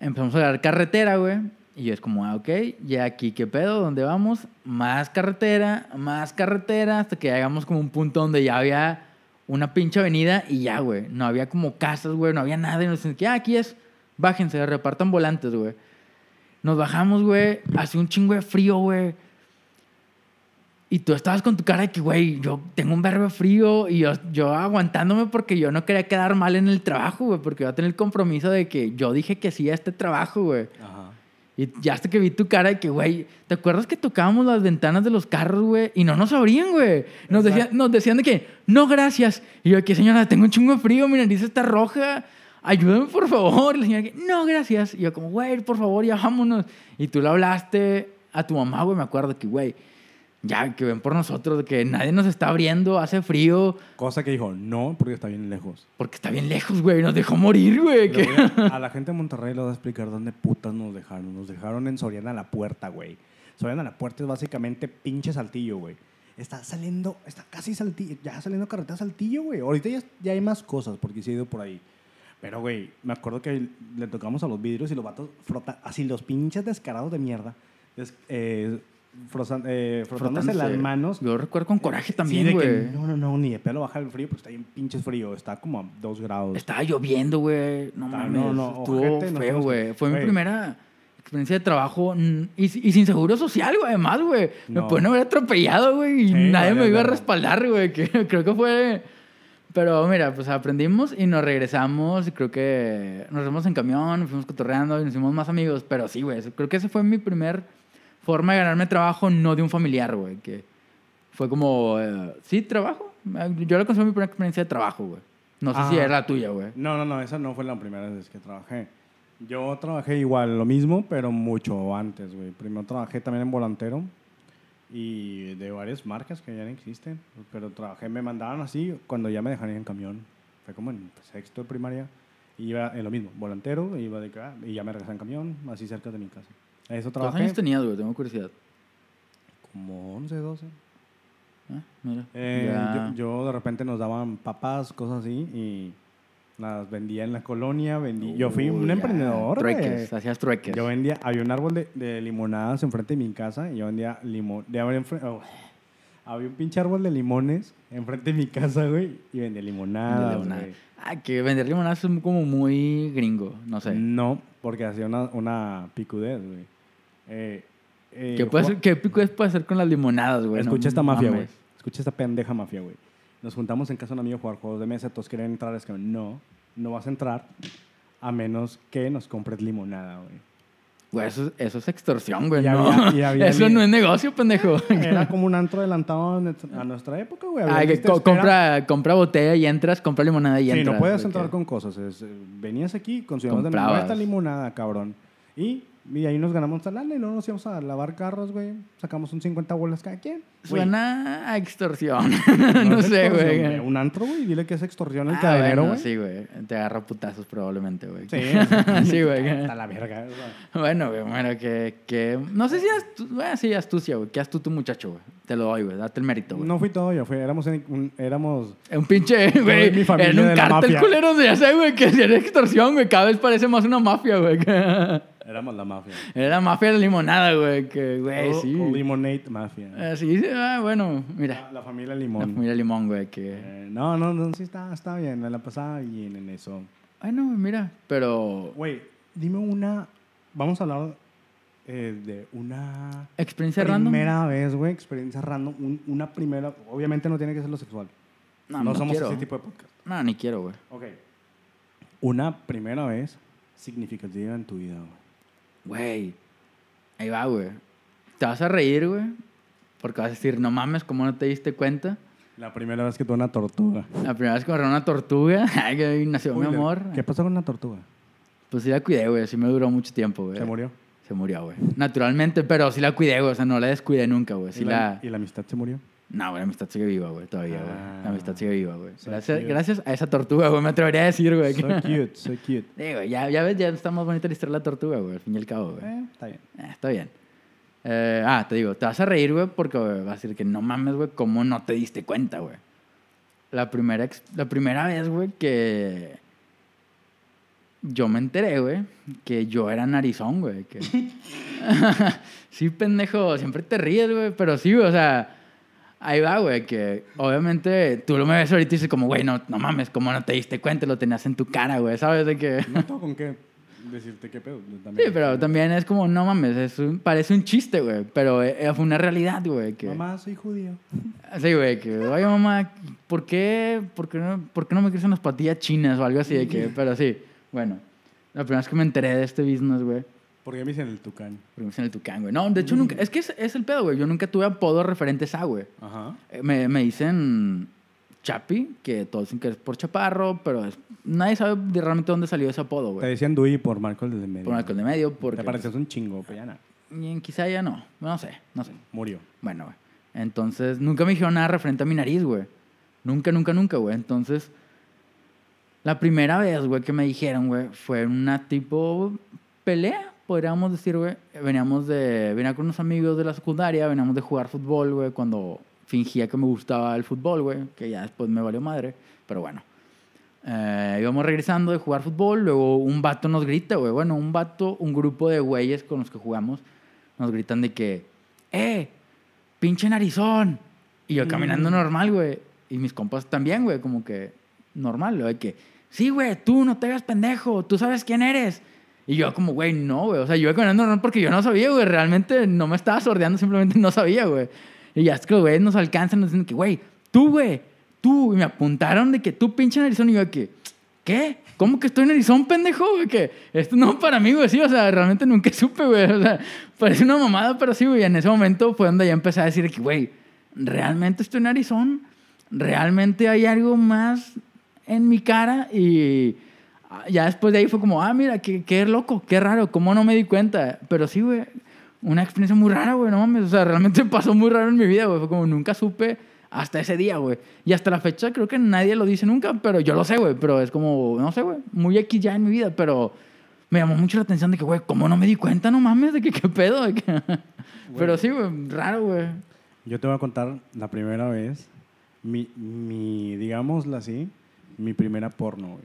S2: Empezamos a agarrar carretera, güey. Y yo es como, ah, ok, ya aquí, ¿qué pedo? ¿Dónde vamos? Más carretera, más carretera, hasta que llegamos como a un punto donde ya había una pinche avenida y ya, güey. No había como casas, güey, no había nada. Y nos dicen que, ah, aquí es, bájense, repartan volantes, güey. Nos bajamos, güey, hace un chingo de frío, güey. Y tú estabas con tu cara de que, güey, yo tengo un verbo frío y yo, yo aguantándome porque yo no quería quedar mal en el trabajo, güey, porque iba a tener el compromiso de que yo dije que sí a este trabajo, güey.
S1: Ajá.
S2: Y ya hasta que vi tu cara de que, güey, ¿te acuerdas que tocábamos las ventanas de los carros, güey? Y no nos abrían, güey. Nos decían, nos decían de que, no, gracias. Y yo, que señora, tengo un chingo de frío, mi nariz está roja. Ayúdame, por favor. Y la señora, que, no, gracias. Y yo, como, güey, por favor, ya vámonos. Y tú le hablaste a tu mamá, güey, me acuerdo que, güey, ya, que ven por nosotros, de que nadie nos está abriendo, hace frío,
S1: Cosa que dijo, no, porque está bien lejos.
S2: porque está bien lejos, güey, nos dejó morir, güey.
S1: Le
S2: que-
S1: voy A, a la gente de Monterrey le voy a explicar dónde putas nos dejaron. Nos dejaron en Soriana la Puerta, güey. Soriana la Puerta es básicamente pinche saltillo, güey. Está saliendo, está casi saltillo, ya saliendo carretera saltillo, güey. Ahorita ya, ya hay más cosas porque sí he ido por ahí. Pero, güey, me acuerdo que le tocamos a los vidrios y los vatos frotan, así los pinches descarados de mierda, des- eh, frozan- eh, frotándose las
S2: frotándose.
S1: manos.
S2: Yo recuerdo con coraje
S1: Sí,
S2: también,
S1: de
S2: güey.
S1: que no, no, no, ni de pelo baja el frío, porque está bien pinches frío. Está como a dos grados.
S2: Estaba lloviendo, güey. No
S1: Está-
S2: mames.
S1: Ah, no, no,
S2: estuvo
S1: ojete, no
S2: feo,
S1: estamos-
S2: güey. Fue mi
S1: güey.
S2: primera experiencia de trabajo mm, y, si- y sin seguro social, güey. Además, güey. Me
S1: No.
S2: pueden haber atropellado, güey. Y
S1: Sí,
S2: nadie
S1: valió
S2: me iba a
S1: verga.
S2: respaldar, güey. que creo que fue. Pero mira, pues aprendimos y nos regresamos. Y creo que nos fuimos en camión, fuimos cotorreando y nos hicimos más amigos. Pero sí, güey. Creo que esa fue mi primer forma de ganarme trabajo, no de un familiar, güey. Que fue como. eh, sí, trabajo. Yo lo considero mi primera experiencia de trabajo, güey. No sé si
S1: Ah.
S2: era la tuya, güey.
S1: No, no, no, esa no fue la primera vez que trabajé. Yo trabajé igual, lo mismo, pero mucho antes, güey. Primero trabajé también en volantero y de varias marcas que ya no existen, pero trabajé, me mandaban así cuando ya me dejaron ir en camión. Fue como en sexto de primaria. Y iba en lo mismo, volantero, iba de acá y ya me regresé en camión, así cerca de mi casa. Eso
S2: ¿Cuántos
S1: trabajé
S2: años tenías, güey? Tengo curiosidad.
S1: como 11, 12.
S2: Ah, Mira.
S1: Eh,
S2: Ya.
S1: yo, yo de repente nos daban papas, cosas así, y las vendía en la colonia. Vendí. Yo fui un
S2: Uh, ya.
S1: emprendedor. güey.
S2: Trueques, hacías trueques.
S1: Yo vendía, había un árbol de, de limonadas enfrente de mi casa y yo vendía limón. de abrir enfre- oh, había un pinche árbol de limones enfrente de mi casa, güey, y vendía
S2: Vendía
S1: limonadas.
S2: limonada.
S1: güey.
S2: Ah, que vender limonadas es como muy gringo, no sé.
S1: No, porque hacía una, una picudez, güey. Eh, eh,
S2: ¿Qué, puedes,
S1: Ju-
S2: ¿Qué pico es para hacer con las limonadas, güey? No
S1: Escucha esta mafia, güey.
S2: mames.
S1: Escucha esta pendeja mafia, güey. Nos juntamos en casa de un amigo a jugar juegos de mesa. Todos quieren entrar. Es que no, no vas a entrar a menos que nos compres limonada, güey.
S2: Güey, eso, eso es extorsión, güey.
S1: Y
S2: no.
S1: había- y había
S2: eso
S1: li-
S2: no es negocio, pendejo.
S1: Era como un antro adelantado a nuestra- a nuestra época, güey. Había
S2: Ah, que
S1: gente
S2: co-
S1: espera-
S2: compra, compra botella y entras, compra limonada y
S1: Sí,
S2: entras.
S1: no puedes
S2: güey,
S1: entrar
S2: que-
S1: con cosas. es, eh, venías aquí, consumíamos de
S2: Comprabas.
S1: nuevo esta limonada, cabrón. Y, y ahí nos ganamos tal lana y luego nos íbamos a lavar carros, güey. Sacamos un 50 bolas cada quien. Güey,
S2: Suena a extorsión.
S1: no
S2: no,
S1: es
S2: sé,
S1: extorsión,
S2: güey.
S1: Un antro, güey. Dile que es extorsión el
S2: Ah,
S1: cadenero,
S2: bueno,
S1: güey.
S2: Sí, güey. Te agarra putazos probablemente, güey.
S1: Sí,
S2: Sí, güey.
S1: Hasta la verga. o sea.
S2: Bueno, güey, bueno, que, que... No sé si astu... bueno, sí, astucia, güey. Que astuto muchacho, güey. Te lo doy, güey. Date el mérito, güey.
S1: No fui todo yo, fui, éramos, en- un- éramos...
S2: Un pinche,
S1: doy
S2: güey.
S1: mi familia
S2: En un
S1: de la
S2: cartel
S1: mafia.
S2: culero de ya sé, güey, que si era extorsión, güey. Cada vez parece más una mafia, güey. que-
S1: Éramos la mafia.
S2: Era la mafia de la limonada, güey. Que, güey,
S1: O-
S2: sí.
S1: o Limonade Mafia.
S2: Así, sí, ah, bueno, mira.
S1: La, la familia
S2: La
S1: Limón.
S2: familia Limón, güey, que...
S1: Eh, no, no, no, sí está, está bien, me la pasaba bien en eso.
S2: Bueno, mira, pero...
S1: Güey, dime una... Vamos a hablar eh, de una...
S2: Experiencia random.
S1: Primera vez, güey, experiencia random. un- una primera... Obviamente no tiene que ser lo sexual.
S2: No, no,
S1: somos
S2: quiero.
S1: ese tipo de podcast.
S2: No, ni quiero, güey.
S1: Ok. Una primera vez significativa en tu vida, güey.
S2: Güey, ahí va, güey. Te vas a reír, güey. Porque vas a decir, no mames, ¿cómo no te diste cuenta?
S1: La primera vez que tuve una tortuga.
S2: La primera vez que agarré una tortuga, ay, que ahí nació mi
S1: Spoiler.
S2: amor.
S1: ¿Qué pasó con la tortuga?
S2: Pues sí la cuidé, güey. Sí me duró mucho tiempo, güey.
S1: Se murió.
S2: Se murió, güey. Naturalmente, pero sí la cuidé, güey. O sea, no la descuidé nunca, güey. Sí
S1: ¿Y, la,
S2: la...
S1: y la amistad se murió.
S2: No, güey, la amistad sigue viva, güey. Todavía, güey. La
S1: Ah.
S2: amistad sigue viva, güey.
S1: So
S2: Gracias,
S1: cute.
S2: gracias a esa tortuga, güey. Me atrevería a decir, güey.
S1: So cute, so cute.
S2: Sí, güey, ya, ya ves, ya está más bonita la historia de la tortuga, güey. Al fin y al cabo, güey.
S1: Eh, está bien.
S2: Eh, está bien. Eh, ah, te digo, te vas a reír, güey, porque güey, vas a decir que no mames, güey, ¿cómo no te diste cuenta, güey? La primera, ex- la primera vez, güey, que yo me enteré, güey, que yo era narizón, güey. que- sí, pendejo, siempre te ríes, güey, pero sí, güey, o sea, ahí va, güey, que obviamente tú lo me ves ahorita y dices como, güey, no, no mames, ¿cómo no te diste cuenta? Lo tenías en tu cara, güey, ¿sabes? De que...
S1: No tengo con qué decirte qué pedo. yo
S2: Sí,
S1: también-
S2: pero también es como, no mames, es un- parece un chiste, güey, pero eh, fue una realidad, güey. Que...
S1: Mamá, soy judío.
S2: Sí, güey, que, oye, mamá, ¿por qué, por, qué no, por qué no me crecen las patillas chinas o algo así? De que, pero sí, bueno, la primera vez que me enteré de este business, güey,
S1: Porque me dicen el tucán.
S2: porque me dicen el tucán, güey. No, de hecho, nunca, es que es, es el pedo, güey, yo nunca tuve apodos referentes a, güey.
S1: Ajá.
S2: Eh, Me, me dicen Chapi, que todos dicen que es por chaparro, pero es- nadie sabe de realmente dónde salió ese apodo,
S1: Te
S2: güey.
S1: decían Dui por Marcos desde medio.
S2: Por un alcohol de medio, porque...
S1: Te parecías un chingo, pero ya nada.
S2: pues, Quizá ya no, no sé, no sé.
S1: Murió.
S2: Bueno, güey. Entonces, nunca me dijeron nada referente a mi nariz, güey. Nunca, nunca, nunca, güey. Entonces, la primera vez, güey, que me dijeron, güey, fue en una tipo pelea, podríamos decir, güey. Veníamos de. Venía con unos amigos de la secundaria, veníamos de jugar fútbol, güey, cuando fingía que me gustaba el fútbol, güey, que ya después me valió madre, pero bueno. Eh, íbamos regresando de jugar fútbol, luego un vato nos grita, güey. Bueno, un vato, un grupo de güeyes con los que jugamos, nos gritan de que, ¡eh! pinche narizón. Y yo caminando normal, güey. Y mis compas también, güey, como que normal, güey, que, sí, güey, tú no te hagas pendejo, tú sabes quién eres. Y yo como, güey, no, güey, o sea, yo iba caminando normal porque yo no sabía, güey, realmente no me estaba sordeando, simplemente no sabía, güey. Y ya es que los güeyes nos alcanzan, nos dicen que, güey, tú, güey, tú, y me apuntaron de que tú pinche narizón, y yo de que, ¿qué? ¿Cómo que estoy narizón, pendejo, güey? Que esto no para mí, güey, sí, o sea, realmente nunca supe, güey, o sea, parece una mamada, pero sí, güey, en ese momento fue donde ya empecé a decir que, güey, realmente estoy narizón, realmente hay algo más en mi cara y ah, ya después de ahí fue como, ah, mira, qué, qué loco, qué raro, cómo no me di cuenta, pero sí, güey, una experiencia muy rara, güey, no mames, o sea, realmente pasó muy raro en mi vida, güey, fue como nunca supe hasta ese día, güey, y hasta la fecha creo que nadie lo dice nunca, pero yo lo sé, güey, pero es como, no sé, güey, muy aquí ya en mi vida, pero me llamó mucho la atención de que, güey, cómo no me di cuenta, no mames, de que qué pedo, de que- pero sí, güey, raro, güey.
S1: Yo te voy a contar la primera vez, mi, mi digámoslo así, mi primera porno, güey.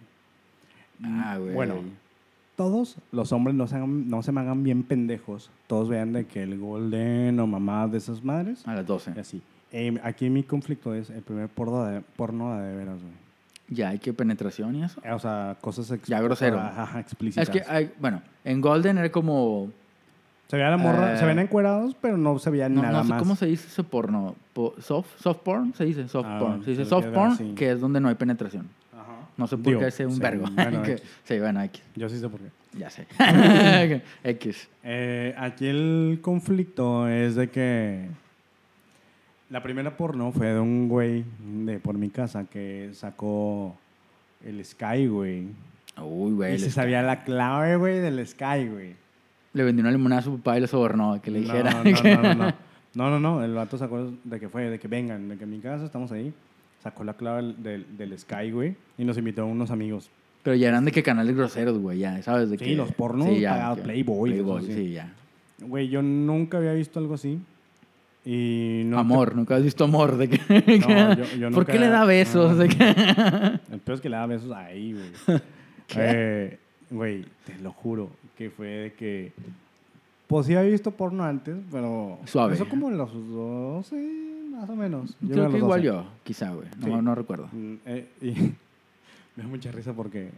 S2: Ah, güey.
S1: Bueno, todos los hombres no se, hagan- no se me hagan bien pendejos. Todos vean de que el golden o mamá de esas madres.
S2: A las 12.
S1: Y así. Em, aquí mi conflicto es el primer porno de, porno de, de veras, güey.
S2: Ya hay que penetración y eso.
S1: Eh, O sea, cosas ex-
S2: Ya grosero.
S1: ajá, ajá,
S2: Es
S1: explícitas.
S2: que, ah, hay- bueno, en Golden era como.
S1: se veía la morra,
S2: eh,
S1: se ven encuerados, pero no se veía
S2: No,
S1: nada
S2: no sé
S1: más.
S2: cómo se dice ese porno. Po- soft, soft porn se dice, soft
S1: Ah,
S2: porn. Se dice
S1: se
S2: soft
S1: queda
S2: porn,
S1: así.
S2: que es donde no hay penetración.
S1: Ajá.
S2: No sé por
S1: Digo,
S2: qué es un
S1: sí,
S2: vergo.
S1: bueno,
S2: Que-
S1: X.
S2: sí, bueno, X.
S1: Yo sí sé por qué.
S2: Ya sé. X.
S1: Eh, aquí el conflicto es de que la primera porno fue de un güey de por mi casa que sacó el Sky, güey.
S2: Uy, güey.
S1: Y se
S2: les-
S1: sabía la clave, güey, del Sky, güey.
S2: Le vendió una limonada a su papá y le sobornó que le dijera.
S1: No,
S2: que-
S1: no, no, no, no. No, no, no, El vato sacó de que fue, de que vengan, de que en mi casa estamos ahí. Sacó la clave del, del- del Sky, güey. Y nos invitó a unos amigos.
S2: Pero ya eran de que canales groseros, güey, ya, ¿sabes? De
S1: Sí,
S2: que-
S1: los pornos
S2: ya,
S1: pagados,
S2: que-
S1: Playboy,
S2: Playboy,
S1: eso sí.
S2: sí, ya.
S1: Güey, yo nunca había visto algo así. Y no te-
S2: amor, nunca has visto amor. De que-
S1: No, yo- yo
S2: ¿Por
S1: nunca-
S2: qué le da besos?
S1: no.
S2: De que-
S1: El peor es que le da besos ahí, güey. Eh, Güey, te lo juro, que fue de que... Pues sí había visto porno antes, pero...
S2: Suave.
S1: Eso como a los 12, más o menos. Yo a
S2: Creo
S1: los
S2: que igual
S1: 12.
S2: yo, quizá, güey. No,
S1: Sí.
S2: no recuerdo.
S1: Mm, eh, y me da mucha risa porque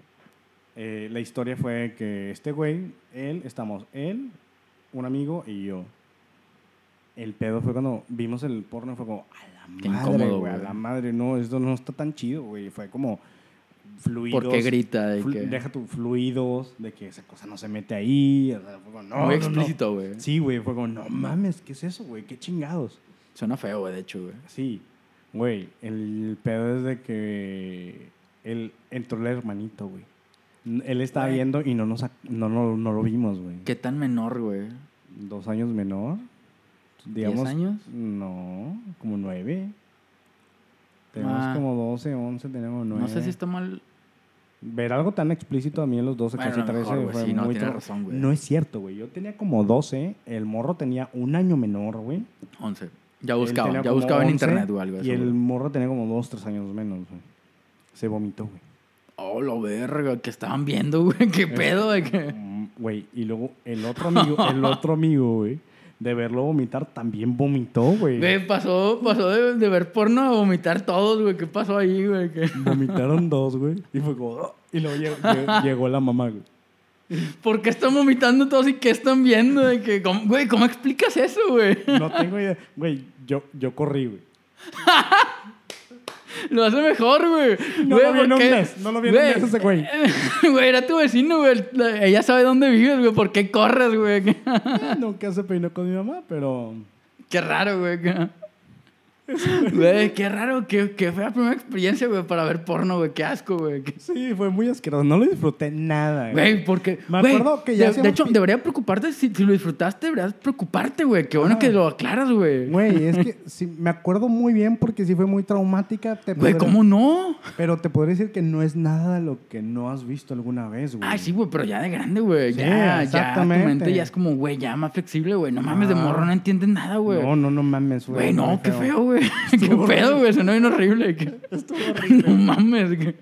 S1: eh, la historia fue que este güey, él, estamos él, un amigo y yo. El pedo fue cuando vimos el porno, fue como, a la
S2: Qué
S1: madre,
S2: incómodo,
S1: güey, a
S2: güey.
S1: la madre, no, esto no está tan chido, güey. Fue como fluidos.
S2: ¿Por qué grita? De
S1: flu-
S2: que...
S1: Deja tu fluidos, de que esa cosa no se mete ahí. o sea, fue como, Oh, no, no,
S2: Muy
S1: no.
S2: explícito, güey.
S1: Sí, güey, fue como, no mames, ¿qué es eso, güey? ¿Qué chingados?
S2: Suena feo, güey, de hecho, güey.
S1: Sí, güey, el pedo es de que él entró el hermanito, güey. N- Él estaba
S2: Güey.
S1: viendo y no, nos, ac- no, no, no lo vimos, güey.
S2: ¿Qué tan menor, güey?
S1: Dos años menor. Digamos,
S2: años?
S1: No, como nueve. Tenemos
S2: Ah.
S1: como 12, 11, tenemos nueve.
S2: No sé si está mal.
S1: Ver algo tan explícito a mí en los 12,
S2: Bueno, a
S1: casi
S2: lo
S1: 13
S2: mejor, güey,
S1: fue
S2: sí, no,
S1: muy
S2: tienes
S1: tra-
S2: razón, güey.
S1: No es cierto, güey. Yo tenía como 12, el morro tenía un año menor, güey.
S2: 11. Ya
S1: Él
S2: buscaba,
S1: tenía
S2: ya
S1: como
S2: buscaba en
S1: 11,
S2: internet o algo.
S1: Y
S2: así.
S1: el morro tenía como dos, tres años menos, güey. Se vomitó, güey.
S2: oh, la verga, que estaban viendo, güey, qué pedo. de que-
S1: Mm, Güey, y luego el otro amigo, el otro amigo, güey, de verlo vomitar, también vomitó, güey.
S2: Güey, pasó, pasó de, de ver porno a vomitar todos, güey, ¿qué pasó ahí, güey? ¿Qué-
S1: Vomitaron dos, güey. Y fue como... "Oh", Y luego llegó, lle- llegó la mamá, güey.
S2: ¿Por qué están vomitando todos y qué están viendo? De que, ¿cómo- güey, ¿cómo explicas eso, güey?
S1: No tengo idea. Güey, yo, yo corrí, güey.
S2: Lo hace mejor, güey.
S1: No
S2: Güey,
S1: lo vi en un
S2: porque-
S1: mes, no lo vi en un mes ese güey.
S2: Güey, era tu vecino, güey. La- Ella sabe dónde vives, güey. ¿Por qué corres, güey? Qué,
S1: Eh, Nunca se peinó con mi mamá, pero...
S2: qué raro, güey. Qué- Güey, qué raro. Qué, qué fea primera experiencia, güey, para ver porno, güey. Qué asco, güey. Qué-
S1: Sí, fue muy asqueroso. No lo disfruté nada, güey.
S2: Güey, porque.
S1: Me
S2: güey,
S1: acuerdo que ya
S2: De,
S1: hacíamos
S2: de hecho,
S1: pi-
S2: debería preocuparte. Si, si lo disfrutaste, deberías preocuparte, güey. Qué bueno
S1: Ah.
S2: que lo aclaras, güey.
S1: Güey, es que sí, me acuerdo muy bien porque sí fue muy traumática. Te
S2: Güey,
S1: podré-
S2: ¿cómo no?
S1: Pero te podría decir que no es nada de lo que no has visto alguna vez, güey.
S2: Ay, sí, güey, pero ya de grande, güey.
S1: Sí,
S2: ya, ya. Tu
S1: exactamente.
S2: mente ya es como, güey, ya más flexible, güey. No mames, de
S1: Ah.
S2: morro no entiendes nada, güey.
S1: No, no, no mames, güey.
S2: Güey, no,
S1: muy
S2: qué feo, güey. Qué pedo, güey. Sonó bien horrible. que- No mames. que-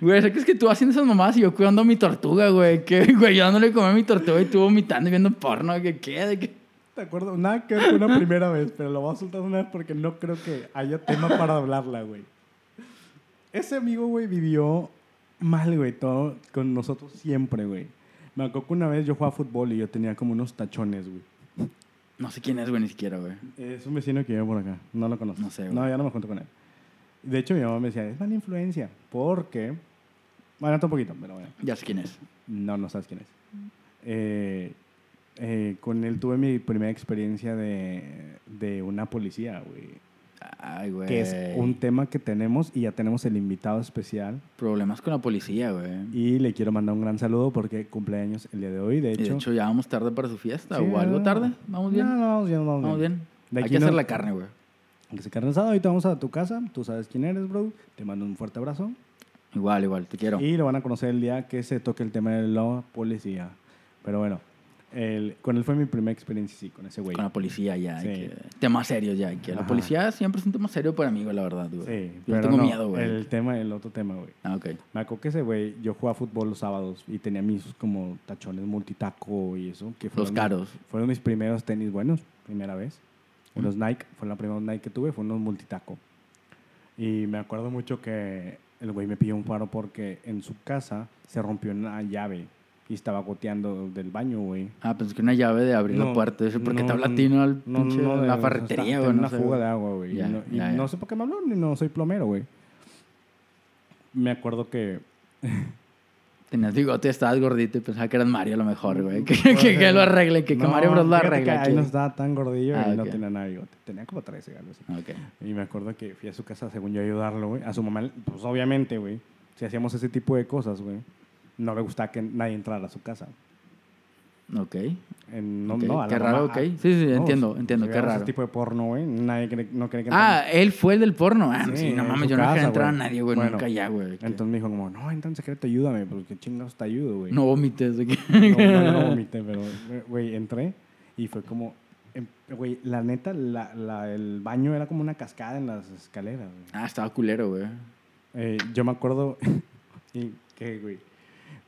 S2: Güey, ¿sabes que tú haciendo esas mamadas y yo cuidando a mi tortuga, güey? Que, güey, yo dándole de comer a mi tortuga y tú vomitando y viendo porno. ¿Qué qué? ¿De qué?
S1: Te acuerdo, nada que ver con una primera vez, pero lo voy a soltar una vez porque no creo que haya tema para hablarla, güey. Ese amigo, güey, vivió mal, güey, todo con nosotros siempre, güey. Me acuerdo que una vez yo jugaba fútbol y yo tenía como unos tachones, güey.
S2: No sé quién es, güey, ni siquiera, güey.
S1: Es un vecino que vive por acá. No lo conozco.
S2: No sé, güey.
S1: No, ya no me junto con él. De hecho, mi mamá me decía, es mala influencia. Porque. Bueno, un poquito, pero bueno.
S2: Ya sé quién es.
S1: No, no sabes quién es. Eh, eh, con él tuve mi primera experiencia de, de una policía, güey.
S2: Ay, güey.
S1: Que es un tema que tenemos y ya tenemos el invitado especial.
S2: Problemas con la policía, güey.
S1: Y le quiero mandar un gran saludo porque cumpleaños el día de hoy. De
S2: Y
S1: hecho,
S2: de hecho, ya vamos tarde para su fiesta
S1: Sí,
S2: o
S1: ya,
S2: algo
S1: no.
S2: tarde. ¿Vamos
S1: No,
S2: bien?
S1: no, vamos bien, vamos
S2: ¿Vamos
S1: bien.
S2: bien?
S1: De
S2: Hay
S1: aquí
S2: que hacer
S1: no-
S2: la carne, güey.
S1: Aunque se carne asada, ahorita vamos a tu casa. Tú sabes quién eres, bro. Te mando un fuerte abrazo.
S2: Igual, igual, te quiero.
S1: Y lo van a conocer el día que se toque el tema de la policía. Pero bueno, el- con él fue mi primera experiencia, sí, con ese güey.
S2: Con la policía ya. hay
S1: Sí.
S2: que- temas serios ya. hay Que la
S1: Ajá.
S2: policía siempre es un tema serio para mí, güey, la verdad, güey.
S1: Sí,
S2: Yo
S1: pero
S2: tengo
S1: no,
S2: miedo, güey.
S1: El tema, el otro tema, güey.
S2: Ah, ok.
S1: Me acuerdo que ese güey, yo jugaba fútbol los sábados y tenía mis como tachones multitaco y eso. Que
S2: Los
S1: fueron,
S2: caros.
S1: Fueron mis primeros tenis buenos, primera vez. Unos Nike, fue la primera Nike que tuve, fue unos multitaco. Y me acuerdo mucho que el güey me pidió un faro porque en su casa se rompió una llave y estaba goteando del baño, güey.
S2: Ah, pensé que una llave de abrir la
S1: No,
S2: puerta. Dice, ¿por qué te
S1: no,
S2: habla a ti, no al
S1: No,
S2: pinche-
S1: no, de-
S2: la
S1: o sea, está-
S2: ferretería, güey?
S1: tiene
S2: No
S1: Una
S2: sé,
S1: fuga
S2: güey.
S1: de agua, güey.
S2: Ya,
S1: y no, y
S2: ya, ya.
S1: no sé por qué me habló, ni no soy plomero, güey. Me acuerdo que.
S2: Tenías bigote, estabas gordito y pensaba que eras Mario a lo mejor,
S1: Mm,
S2: güey. Que, que, que lo arregle, que, que
S1: No,
S2: Mario Bros lo
S1: fíjate que
S2: arregle.
S1: Ahí
S2: que-
S1: no estaba tan gordillo
S2: Ah,
S1: y no
S2: ok.
S1: tenía nada de bigote. Tenía como 13 algo así.
S2: Ah, ok.
S1: Y me acuerdo que fui a su casa, según yo, a ayudarlo, güey. A su mamá, pues obviamente, güey. Si hacíamos ese tipo de cosas, güey, no le gustaba que nadie entrara a su casa.
S2: Ok.
S1: En- no,
S2: Ok,
S1: no, a la
S2: qué raro,
S1: mamá-
S2: ok. Sí, sí,
S1: no,
S2: entiendo,
S1: si-
S2: entiendo,
S1: si
S2: qué
S1: veíamos
S2: raro.
S1: Ese tipo de porno, güey. Nadie cree, no cree que
S2: Ah, él fue el del porno. Ah,
S1: Sí,
S2: sí, no
S1: en
S2: mames,
S1: su
S2: yo no
S1: casa,
S2: quería entrar a
S1: güey.
S2: nadie, güey.
S1: Bueno,
S2: nunca ya, güey. que-
S1: Entonces me dijo como, no, entra en secreto, ayúdame, porque chingados te ayudo, güey.
S2: No vomites. de que-
S1: No, no, yo no vomité, pero, güey, entré y fue como, em, güey, la neta, la, la- el baño era como una cascada en las escaleras, güey.
S2: Ah, estaba culero, güey.
S1: Eh, yo me acuerdo y que, güey,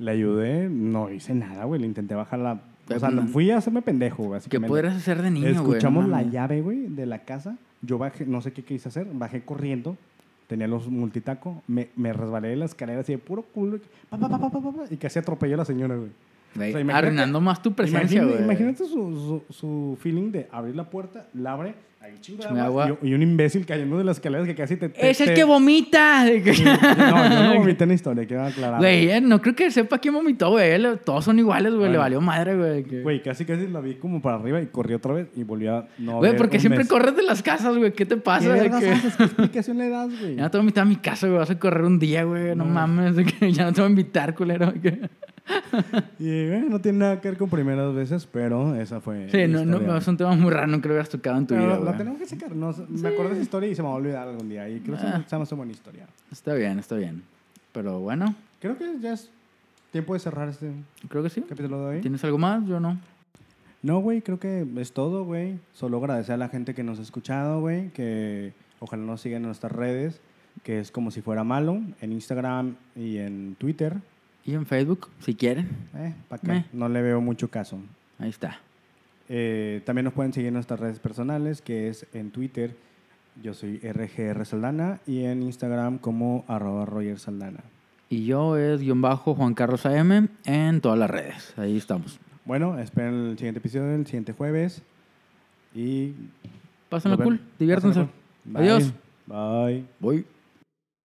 S1: le ayudé, no hice nada, güey, le intenté bajar la... O sea, no- fui a hacerme pendejo, güey.
S2: ¿Qué
S1: básicamente.
S2: podrías hacer de niño, güey? No
S1: Escuchamos la
S2: mames.
S1: llave, güey, de la casa. Yo bajé, no sé qué quise hacer, bajé corriendo. Tenía los multitaco, me, me resbalé de la escalera así de puro culo. pa, pa, pa, pa, pa, pa, pa, y casi atropelló a la señora, güey.
S2: Güey,
S1: O sea, imagínate-
S2: arruinando más tu presencia,
S1: Imagina-
S2: güey.
S1: Imagínate su, su, su feeling de abrir la puerta, la abre, ahí chingo
S2: Chingo de
S1: de agua,
S2: agua.
S1: Y, y un imbécil cayendo de las escaleras que casi te... te-
S2: Es el
S1: te-
S2: que vomita. de que-
S1: Sí, No, yo no vomité en la historia, quiero aclarar.
S2: Güey, eh, no creo que sepa quién vomitó, güey. Él- Todos son iguales, güey. Le
S1: Bueno.
S2: valió madre, güey. que-
S1: Güey, casi casi la vi como para arriba y corrí otra vez y volví a... No
S2: Güey,
S1: ver
S2: porque
S1: un
S2: siempre
S1: mes.
S2: corres de las casas, güey. ¿Qué te
S1: ¿Qué
S2: pasa? de
S1: vergas
S2: que-
S1: haces? ¿Qué explicación le das, güey?
S2: Ya no te voy a invitar a mi casa, güey. Vas a correr un día, güey.
S1: No.
S2: No, mames. de que Ya no te voy a invitar, culero. de que-
S1: Y eh, no tiene nada que ver con primeras veces, pero esa fue.
S2: Sí,
S1: mi
S2: no, no,
S1: historia.
S2: es un tema muy raro. No creo que hayas tocado en tu
S1: Pero
S2: vida,
S1: la
S2: güey.
S1: tenemos que sacar. no sé, Me acuerdo de esa historia y se me va a olvidar algún día. Y creo que
S2: Ah.
S1: se- se me hace buena historia.
S2: Está bien, está bien. Pero bueno,
S1: Creo que ya es tiempo de cerrar este
S2: creo que sí.
S1: capítulo de hoy.
S2: ¿Tienes algo más? Yo no.
S1: No, güey, creo que es todo, güey. Solo agradecer a la gente que nos ha escuchado, güey. Que ojalá nos sigan en nuestras redes. que es como si fuera malo, en Instagram y en Twitter.
S2: Y en Facebook, si quieren.
S1: Eh, pa' acá,
S2: Meh.
S1: no le veo mucho caso.
S2: Ahí está.
S1: Eh, también nos pueden seguir en nuestras redes personales, que es en Twitter, yo soy RGR Saldana, y en Instagram como arroba Roger Saldana.
S2: Y yo es guión bajo Juan Carlos AM en todas las redes. Ahí estamos.
S1: Bueno, esperen el siguiente episodio, el siguiente jueves. Y...
S2: Pásenla
S1: nos
S2: cool,
S1: vemos.
S2: diviértanse.
S1: Pásenla cool. Bye.
S2: Adiós.
S1: Bye.
S2: Voy.